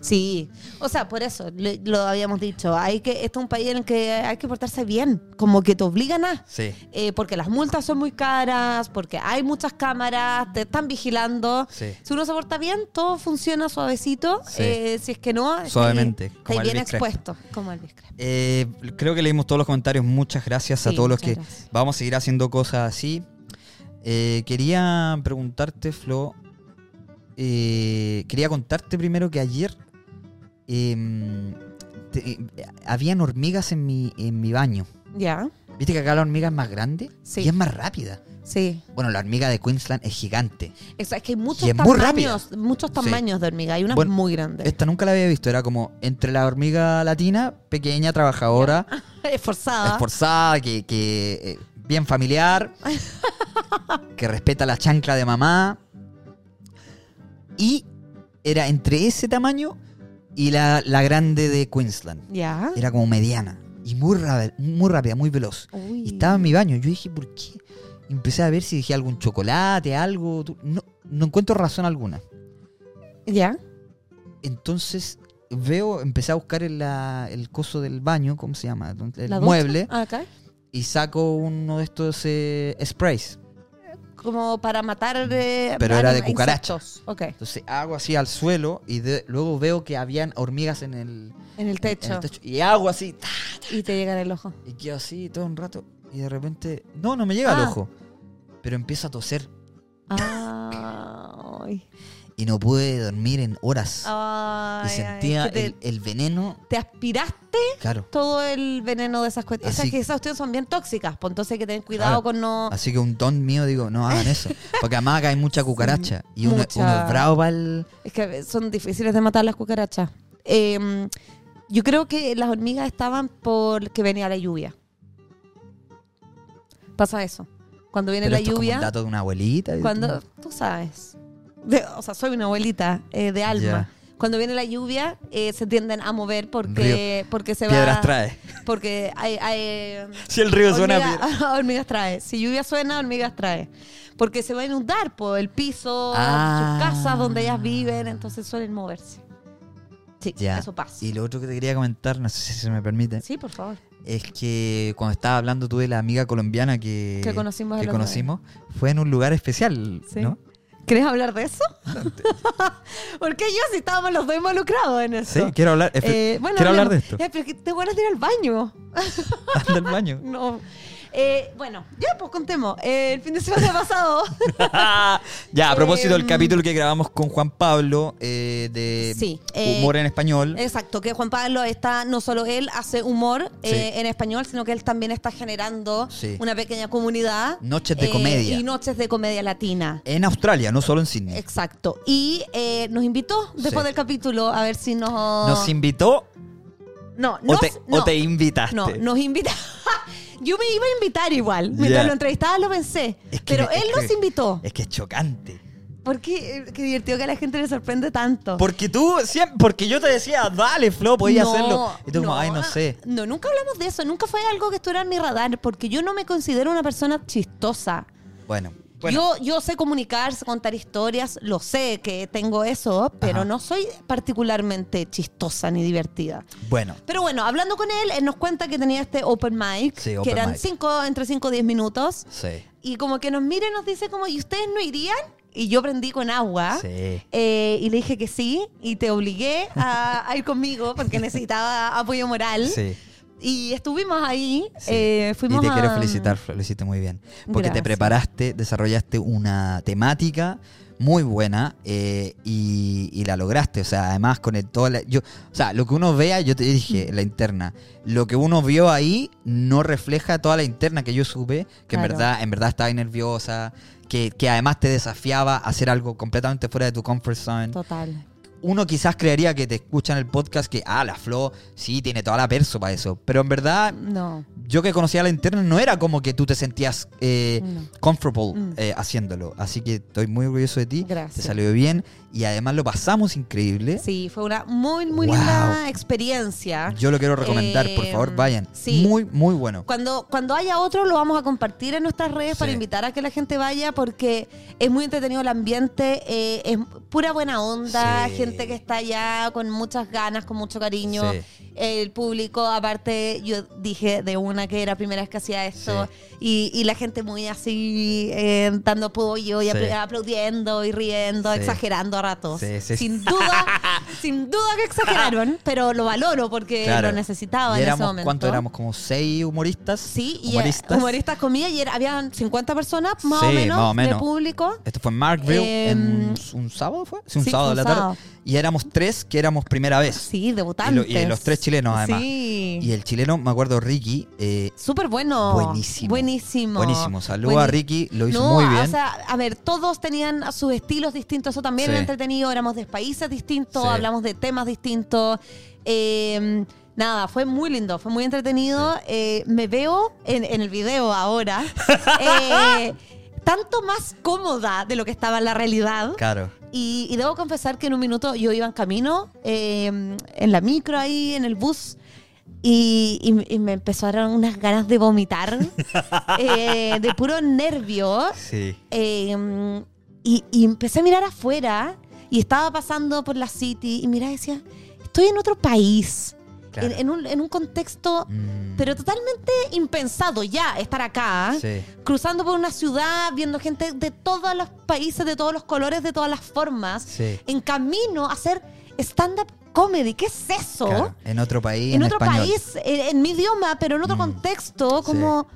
S2: Sí, o sea, por eso le- lo habíamos dicho. Hay que, este es un país en el que hay que portarse bien, como que te obligan a.
S1: Sí,
S2: Eh, porque las multas son muy caras, porque hay muchas cámaras, te están vigilando.
S1: sí.
S2: Si uno se porta bien, todo funciona suavecito.
S1: Sí.
S2: eh, si es que no, está
S1: Suavemente,
S2: bien- está
S1: como
S2: bien
S1: Elvis Crespo.
S2: expuesto, como el Crespo.
S1: Eh, creo que leímos todos los comentarios. Muchas gracias a
S2: Sí,
S1: todos los
S2: muchas
S1: que
S2: gracias.
S1: vamos a seguir haciendo cosas así. Eh, quería preguntarte, Flo. eh, quería contarte primero que ayer em, te- eh, habían hormigas en mi, en mi baño.
S2: Ya,
S1: ¿Viste que acá la hormiga es más grande?
S2: Sí.
S1: Y es más rápida.
S2: sí.
S1: Bueno, la hormiga de Queensland es gigante.
S2: Exacto, es que hay muchos
S1: Y es muy rápida.
S2: tamaños, muchos tamaños de hormiga. Hay unas
S1: Bueno,
S2: muy grandes.
S1: Esta nunca la había visto. Era como entre la hormiga latina, pequeña, trabajadora,
S2: Esforzada.
S1: esforzada, que, que, eh, bien familiar, que respeta la chancla de mamá. Y era entre ese tamaño y la, la grande de Queensland.
S2: ya.
S1: Era como mediana y muy, ra- muy rápida, muy veloz.
S2: Uy.
S1: Y estaba en mi baño. Yo dije, ¿por qué? Y empecé a ver si dejé algún chocolate, algo. tú- No, no encuentro razón alguna.
S2: Ya.
S1: Entonces veo, empecé a buscar el, la- el coso del baño, ¿cómo se llama? El
S2: ¿La ducha?
S1: mueble.
S2: Ah, acá.
S1: Y saco uno de estos eh, sprays.
S2: Como para matar. eh,
S1: Pero era de
S2: anim-
S1: cucaracha.
S2: insectos. Ok.
S1: Entonces hago así al suelo y de- luego veo que habían hormigas en el,
S2: En el techo.
S1: en el techo. Y hago así. ta,
S2: Y te llega en el ojo.
S1: Y quedo así todo un rato. Y de repente, no, no me llega al
S2: Ah.
S1: ojo. Pero empiezo a toser.
S2: Ay.
S1: Y no pude dormir en horas.
S2: Ay.
S1: y sentía
S2: ay, que te,
S1: el, el veneno.
S2: te aspiraste
S1: Claro.
S2: todo el veneno de esas cuestiones.
S1: Así-
S2: Esas, que esas cuestiones son bien tóxicas, pues entonces hay que tener cuidado
S1: Claro. Ah.
S2: con no.
S1: Así que un don mío digo, no hagan eso. Porque además acá hay mucha cucaracha. Y uno,
S2: mucha.
S1: uno es bravo para el...
S2: Es que son difíciles de matar las cucarachas. Eh, yo creo que las hormigas estaban porque venía la lluvia. Pasa eso. Cuando viene
S1: Pero
S2: la
S1: esto es como
S2: lluvia.
S1: un dato de una abuelita.
S2: Cuando, tú sabes, De- o sea, soy una abuelita eh, de alma. Cuando viene la lluvia, eh, se tienden a mover porque, porque se
S1: Piedras
S2: va...
S1: trae.
S2: Porque hay... hay
S1: Si el río suena...
S2: hormiga-
S1: piedra-
S2: hormigas trae. Si lluvia suena, hormigas trae. Porque se va a inundar por el piso,
S1: Ah.
S2: sus casas donde ellas viven, entonces suelen moverse. Sí,
S1: Ya.
S2: eso pasa.
S1: Y lo otro que te quería comentar, no sé si se me permite,
S2: Sí, por favor.
S1: es que cuando estaba hablando tú de la amiga colombiana que,
S2: Que conocimos
S1: que
S2: el otro día.
S1: conocimos, fue en un lugar especial,
S2: Sí.
S1: ¿no?
S2: ¿Querés hablar de eso? Porque yo sí estábamos los dos involucrados en
S1: Sí,
S2: eso.
S1: quiero hablar,
S2: Eh, bueno,
S1: quiero hablar de
S2: hablemos.
S1: esto.
S2: Ya, pero que te van a ir al baño.
S1: Anda al baño.
S2: No. Eh, bueno, ya pues contemos. Eh, el fin de semana pasado.
S1: ya, a propósito del
S2: Em,
S1: capítulo que grabamos con Juan Pablo eh, de
S2: Sí, eh,
S1: Humor en Español.
S2: Exacto, que Juan Pablo está, no solo él hace humor eh, en español, sino que él también está generando
S1: Sí.
S2: una pequeña comunidad. eh,
S1: Noches de comedia.
S2: Y noches de comedia latina.
S1: en Australia, no solo en Sydney.
S2: Exacto. Y eh, nos invitó después
S1: Sí.
S2: del capítulo a ver si nos.
S1: Nos invitó
S2: no,
S1: o,
S2: nos-
S1: te, o
S2: no.
S1: te invitaste.
S2: No, nos invita. Yo me iba a invitar igual. Mientras
S1: Ya.
S2: lo entrevistaba lo pensé.
S1: Es que
S2: pero
S1: me- es
S2: él
S1: que-
S2: nos invitó.
S1: Es que es chocante.
S2: ¿Por qué? Eh, Qué divertido que a la gente le sorprende tanto.
S1: Porque tú siempre, porque yo te decía, dale, Flo, podías
S2: No,
S1: hacerlo. Y tú como, ay, no sé.
S2: No, nunca hablamos de eso. Nunca fue algo que estuviera en mi radar porque yo no me considero una persona chistosa.
S1: Bueno, bueno,
S2: Yo, yo sé comunicar, sé contar historias, lo sé que tengo eso, pero
S1: Ajá.
S2: no soy particularmente chistosa ni divertida.
S1: bueno.
S2: Pero bueno, hablando con él, él nos cuenta que tenía este open mic,
S1: Sí,
S2: que
S1: open
S2: eran
S1: mic.
S2: cinco, entre 5 y 10 minutos.
S1: Sí.
S2: Y como que nos mira y nos dice como, ¿y ustedes no irían? Y yo prendí con agua.
S1: Sí.
S2: Eh, y le dije que sí. Y te obligué a, a ir conmigo porque necesitaba apoyo moral.
S1: Sí.
S2: Y estuvimos ahí.
S1: sí.
S2: eh, fuimos
S1: y te
S2: a-
S1: quiero felicitar, Flo, lo hiciste muy bien. Porque te
S2: Gracias.
S1: preparaste, desarrollaste una temática muy buena eh, y, y la lograste. O sea, además con el todo... la- yo, o sea, lo que uno vea, yo te dije,
S2: Mm.
S1: la interna, lo que uno vio ahí no refleja toda la interna que yo supe, que en
S2: Claro.
S1: verdad en verdad estaba nerviosa, que, que además te desafiaba a hacer algo completamente fuera de tu comfort zone.
S2: Total.
S1: uno quizás creería que te escuchan el podcast que, ah, la Flo sí tiene toda la perso para eso. Pero en verdad,
S2: No.
S1: yo que conocía la interna no era como que tú te sentías eh,
S2: No.
S1: comfortable
S2: Mm.
S1: eh, haciéndolo. Así que estoy muy orgulloso de ti. Te
S2: Gracias.
S1: salió bien y además lo pasamos increíble.
S2: Sí, fue una muy, muy
S1: Wow.
S2: linda experiencia.
S1: Yo lo quiero recomendar, por
S2: Eh,
S1: favor, vayan.
S2: sí.
S1: Muy, muy bueno.
S2: Cuando, cuando haya otro lo vamos a compartir en nuestras redes
S1: Sí.
S2: para invitar a que la gente vaya porque es muy entretenido el ambiente, eh, es pura buena onda,
S1: Sí.
S2: gente que está allá con muchas ganas, con mucho cariño.
S1: Sí.
S2: El público, aparte, yo dije de una que era primera vez que hacía esto y, y la gente muy así eh, dando apoyo y
S1: Sí.
S2: apl- aplaudiendo y riendo,
S1: Sí.
S2: exagerando a ratos.
S1: Sí, sí.
S2: Sin duda, sin duda que exageraron, pero lo valoro porque
S1: Claro.
S2: lo necesitaba
S1: Y
S2: en ese
S1: éramos,
S2: momento.
S1: ¿Cuánto éramos? ¿Como seis humoristas?
S2: Sí, y eh,
S1: humoristas.
S2: humoristas, comía y era- habían 50 personas más,
S1: Sí,
S2: o menos,
S1: más o menos.
S2: de público.
S1: Esto fue en Markville, en
S2: Em,
S1: un, un sábado fue? Sí, un
S2: sí,
S1: sábado de
S2: fue
S1: la
S2: un
S1: tarde.
S2: sábado.
S1: Y éramos tres que éramos primera vez.
S2: Sí,
S1: Y, lo-
S2: debutantes.
S1: y los tres chilenos además.
S2: Sí.
S1: Y el chileno, me acuerdo, Ricky, eh,
S2: Súper bueno.
S1: Buenísimo.
S2: Buenísimo.
S1: Buenísimo. Saludo
S2: Bueni-
S1: a Ricky, lo hizo
S2: No,
S1: muy
S2: O
S1: bien.
S2: sea, a ver, todos tenían a sus estilos distintos. Eso también
S1: Sí.
S2: era entretenido. Éramos de países distintos,
S1: Sí.
S2: hablamos de temas distintos. Eh, nada, fue muy lindo, fue muy entretenido. Eh, me veo en, en el video ahora. eh, tanto más cómoda de lo que estaba en la realidad.
S1: claro.
S2: Y, y debo confesar que en un minuto yo iba en camino, eh, en la micro ahí, en el bus, y, y- y me empezaron unas ganas de vomitar, eh, de puro nervio.
S1: Sí.
S2: eh, y, y empecé a mirar afuera, y estaba pasando por la city, y mira, decía, estoy en otro país,
S1: Claro.
S2: en, en un, en un contexto,
S1: Mm,
S2: pero ah, totalmente impensado ya estar acá
S1: sí.
S2: cruzando por una ciudad, viendo gente de todos los países, de todos los colores, de todas las formas,
S1: Sí.
S2: en camino a hacer stand-up comedy. ¿Qué es eso?
S1: claro. En otro país.
S2: en, otro
S1: español.
S2: país, en, en mi idioma, pero en otro
S1: Mm.
S2: contexto, como...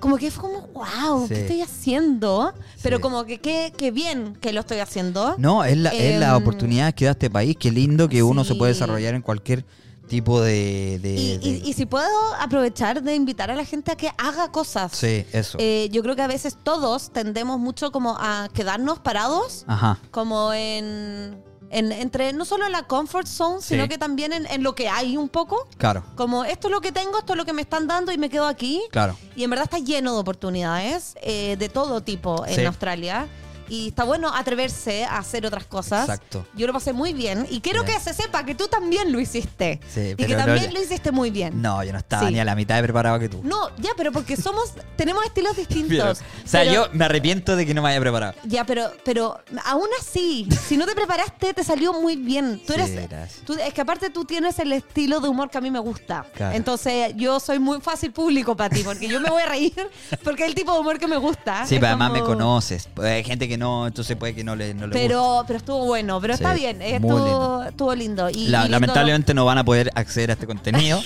S2: Como que fue como, wow,
S1: Sí.
S2: ¿qué estoy haciendo? Pero
S1: Sí.
S2: como que qué qué bien que lo estoy haciendo.
S1: No, es la, es la
S2: Em,
S1: oportunidad que da este país. Qué lindo que uno se puede
S2: sí.
S1: desarrollar en cualquier tipo de. de-
S2: y, y-
S1: de-
S2: y si puedo aprovechar de invitar a la gente a que haga cosas.
S1: sí, eso.
S2: Eh, yo creo que a veces todos tendemos mucho como a quedarnos parados
S1: Ajá.
S2: como en, en- entre no solo en la comfort zone,
S1: Sí.
S2: sino que también en, en lo que hay un poco.
S1: Claro,
S2: Como esto es lo que tengo, esto es lo que me están dando y me quedo aquí.
S1: claro.
S2: Y en verdad está lleno de oportunidades eh, de todo tipo en
S1: Sí.
S2: Australia. Y está bueno atreverse a hacer otras cosas.
S1: Exacto.
S2: Yo lo pasé muy bien y quiero
S1: Bien.
S2: que se sepa que tú también lo hiciste.
S1: Sí,
S2: y que
S1: pero no-
S2: también lo hiciste muy bien.
S1: No, yo no estaba
S2: Sí.
S1: ni a la mitad de preparado que tú.
S2: No, ya, pero porque somos, tenemos estilos
S1: Pero-
S2: distintos.
S1: o sea,
S2: Pero-
S1: yo me arrepiento de que no me haya preparado.
S2: Ya, pero, pero aún así, si no te preparaste, te salió muy bien. Tú
S1: Sí,
S2: eres.
S1: gracias.
S2: tú- es que aparte tú tienes el estilo de humor que a mí me gusta.
S1: Claro.
S2: Entonces yo soy muy fácil público para ti, porque yo me voy a reír, porque es el tipo de humor que me gusta.
S1: Sí,
S2: Ah, Es
S1: pero además me
S2: como-
S1: conoces. Pues, Hay gente que no, entonces puede que no le, no le guste.
S2: Pero, pero estuvo bueno, pero
S1: Sí,
S2: está bien, eh,
S1: muy
S2: estuvo
S1: lindo.
S2: lindo. Estuvo lindo. Y,
S1: La-
S2: y lindo-
S1: lamentablemente no van a poder acceder a este contenido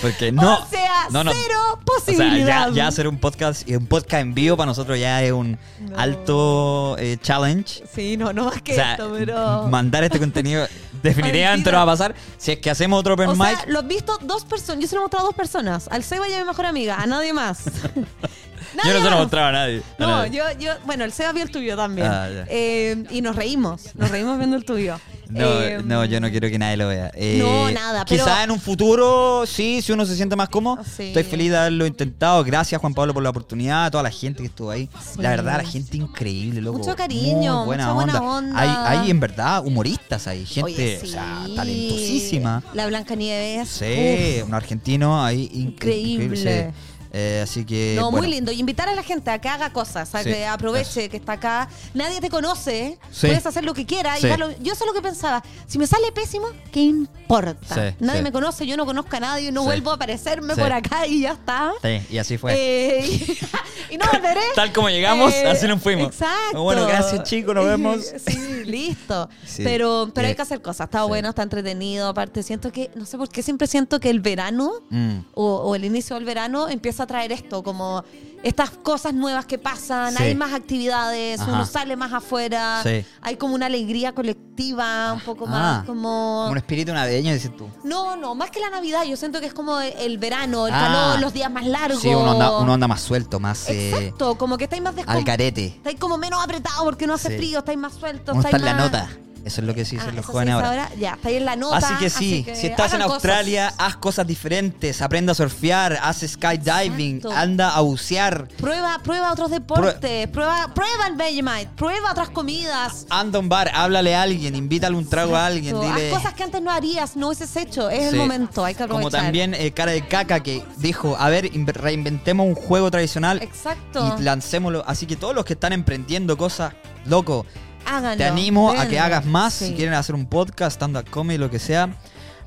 S1: porque no.
S2: o sea,
S1: no, no.
S2: cero
S1: O sea,
S2: posibilidad.
S1: ya, ya hacer un podcast y un podcast en vivo para nosotros ya es un
S2: No.
S1: alto eh, challenge.
S2: Sí, no, no más que
S1: O sea,
S2: esto, pero.
S1: mandar este contenido definitivamente no va a pasar. Si es que hacemos otro open
S2: O
S1: mic,
S2: sea, lo has visto dos personas. Yo se lo he mostrado a dos personas. Al Seba y a mi mejor amiga, a nadie más.
S1: yo no se
S2: Nadie
S1: lo
S2: más.
S1: mostraba a nadie. a
S2: No,
S1: nadie.
S2: yo, yo, bueno, el Seba vio el tuyo también.
S1: Ah, ya.
S2: Eh, y nos reímos, nos reímos viendo el tuyo.
S1: No,
S2: Eh,
S1: no, yo no quiero que nadie lo vea. Eh,
S2: no, nada,
S1: Quizá
S2: pero- Ah,
S1: en un futuro, sí, si uno se siente más cómodo.
S2: Sí.
S1: Estoy feliz de haberlo intentado. Gracias, Juan Pablo, por la oportunidad, a toda la gente que estuvo ahí.
S2: Sí.
S1: La verdad, la gente increíble, loco.
S2: Mucho cariño,
S1: Muy buena
S2: mucha buena
S1: onda.
S2: onda.
S1: Hay, hay, en verdad, humoristas ahí. Gente,
S2: Oye,
S1: o sea,
S2: sí.
S1: talentosísima.
S2: La Blanca Nieves.
S1: Sí, un argentino ahí incre-
S2: Increíble.
S1: sí. Eh, así que.
S2: No,
S1: bueno.
S2: muy lindo. Y invitar a la gente a que haga cosas, a
S1: Sí,
S2: que aproveche que está acá. Nadie te conoce, ¿eh?
S1: Sí.
S2: puedes hacer lo que quieras.
S1: Sí.
S2: y darlo- yo sé lo que pensaba. Si me sale pésimo, ¿qué importa?
S1: Sí,
S2: nadie
S1: sí.
S2: me conoce, yo no conozco a nadie, no
S1: Sí.
S2: vuelvo a aparecerme
S1: Sí.
S2: por acá y ya está.
S1: Sí, y así fue.
S2: Eh, y, no volveré.
S1: Tal como llegamos,
S2: Eh,
S1: así nos fuimos.
S2: Exacto.
S1: Bueno, gracias, chicos, nos vemos.
S2: Sí, listo.
S1: Sí.
S2: Pero, pero
S1: Eh,
S2: hay que hacer cosas. Está
S1: sí.
S2: bueno, está entretenido. Aparte, siento que, no sé por qué, siempre siento que el verano
S1: Mm.
S2: o, o el inicio del verano empieza a traer esto, como estas cosas nuevas que pasan,
S1: Sí.
S2: hay más actividades,
S1: Ajá.
S2: uno sale más afuera,
S1: Sí.
S2: hay como una alegría colectiva, un poco
S1: Ah.
S2: más como...
S1: Como un espíritu navideño, dices tú.
S2: No, no, más que la Navidad, yo siento que es como el verano, el
S1: Ah.
S2: calor, los días más largos.
S1: Sí, uno anda, uno anda más suelto, más eh,
S2: Exacto, como que estáis más
S1: al
S2: descom-
S1: carete.
S2: Estáis como menos apretados porque no hace
S1: Sí.
S2: frío, estáis más sueltos.
S1: Uno está en
S2: estáis
S1: la
S2: más-
S1: nota. Eso es lo que sí
S2: Ah,
S1: dicen los
S2: eso
S1: jóvenes
S2: sí es
S1: ahora.
S2: Ya, está ahí en la nota.
S1: Así que sí, si estás en
S2: hagan cosas.
S1: Australia, haz cosas diferentes. Aprenda a surfear, haz skydiving,
S2: Exacto.
S1: anda a bucear,
S2: Prueba, prueba otros deportes, prueba, prueba el Vegemite, prueba otras comidas.
S1: anda a un bar, háblale a alguien, invítale un trago a alguien,
S2: Exacto.
S1: dile.
S2: Haz cosas que antes no harías, no hubieses hecho. Es
S1: Sí.
S2: el momento, hay que aprovechar.
S1: Como también eh, Cara de Caca que dijo, a ver, inve- reinventemos un juego tradicional
S2: Exacto.
S1: y lancémoslo. Así que todos los que están emprendiendo cosas, loco,
S2: Háganlo.
S1: Te animo a que
S2: Denle.
S1: hagas más.
S2: Sí.
S1: Si quieren hacer un podcast, stand-up comedy, lo que sea,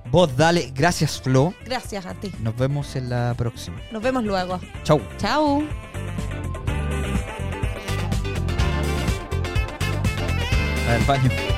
S1: vos dale. Gracias, Flo.
S2: Gracias a ti.
S1: Nos vemos en la próxima.
S2: Nos vemos luego.
S1: Chau.
S2: Chao.
S1: Al baño.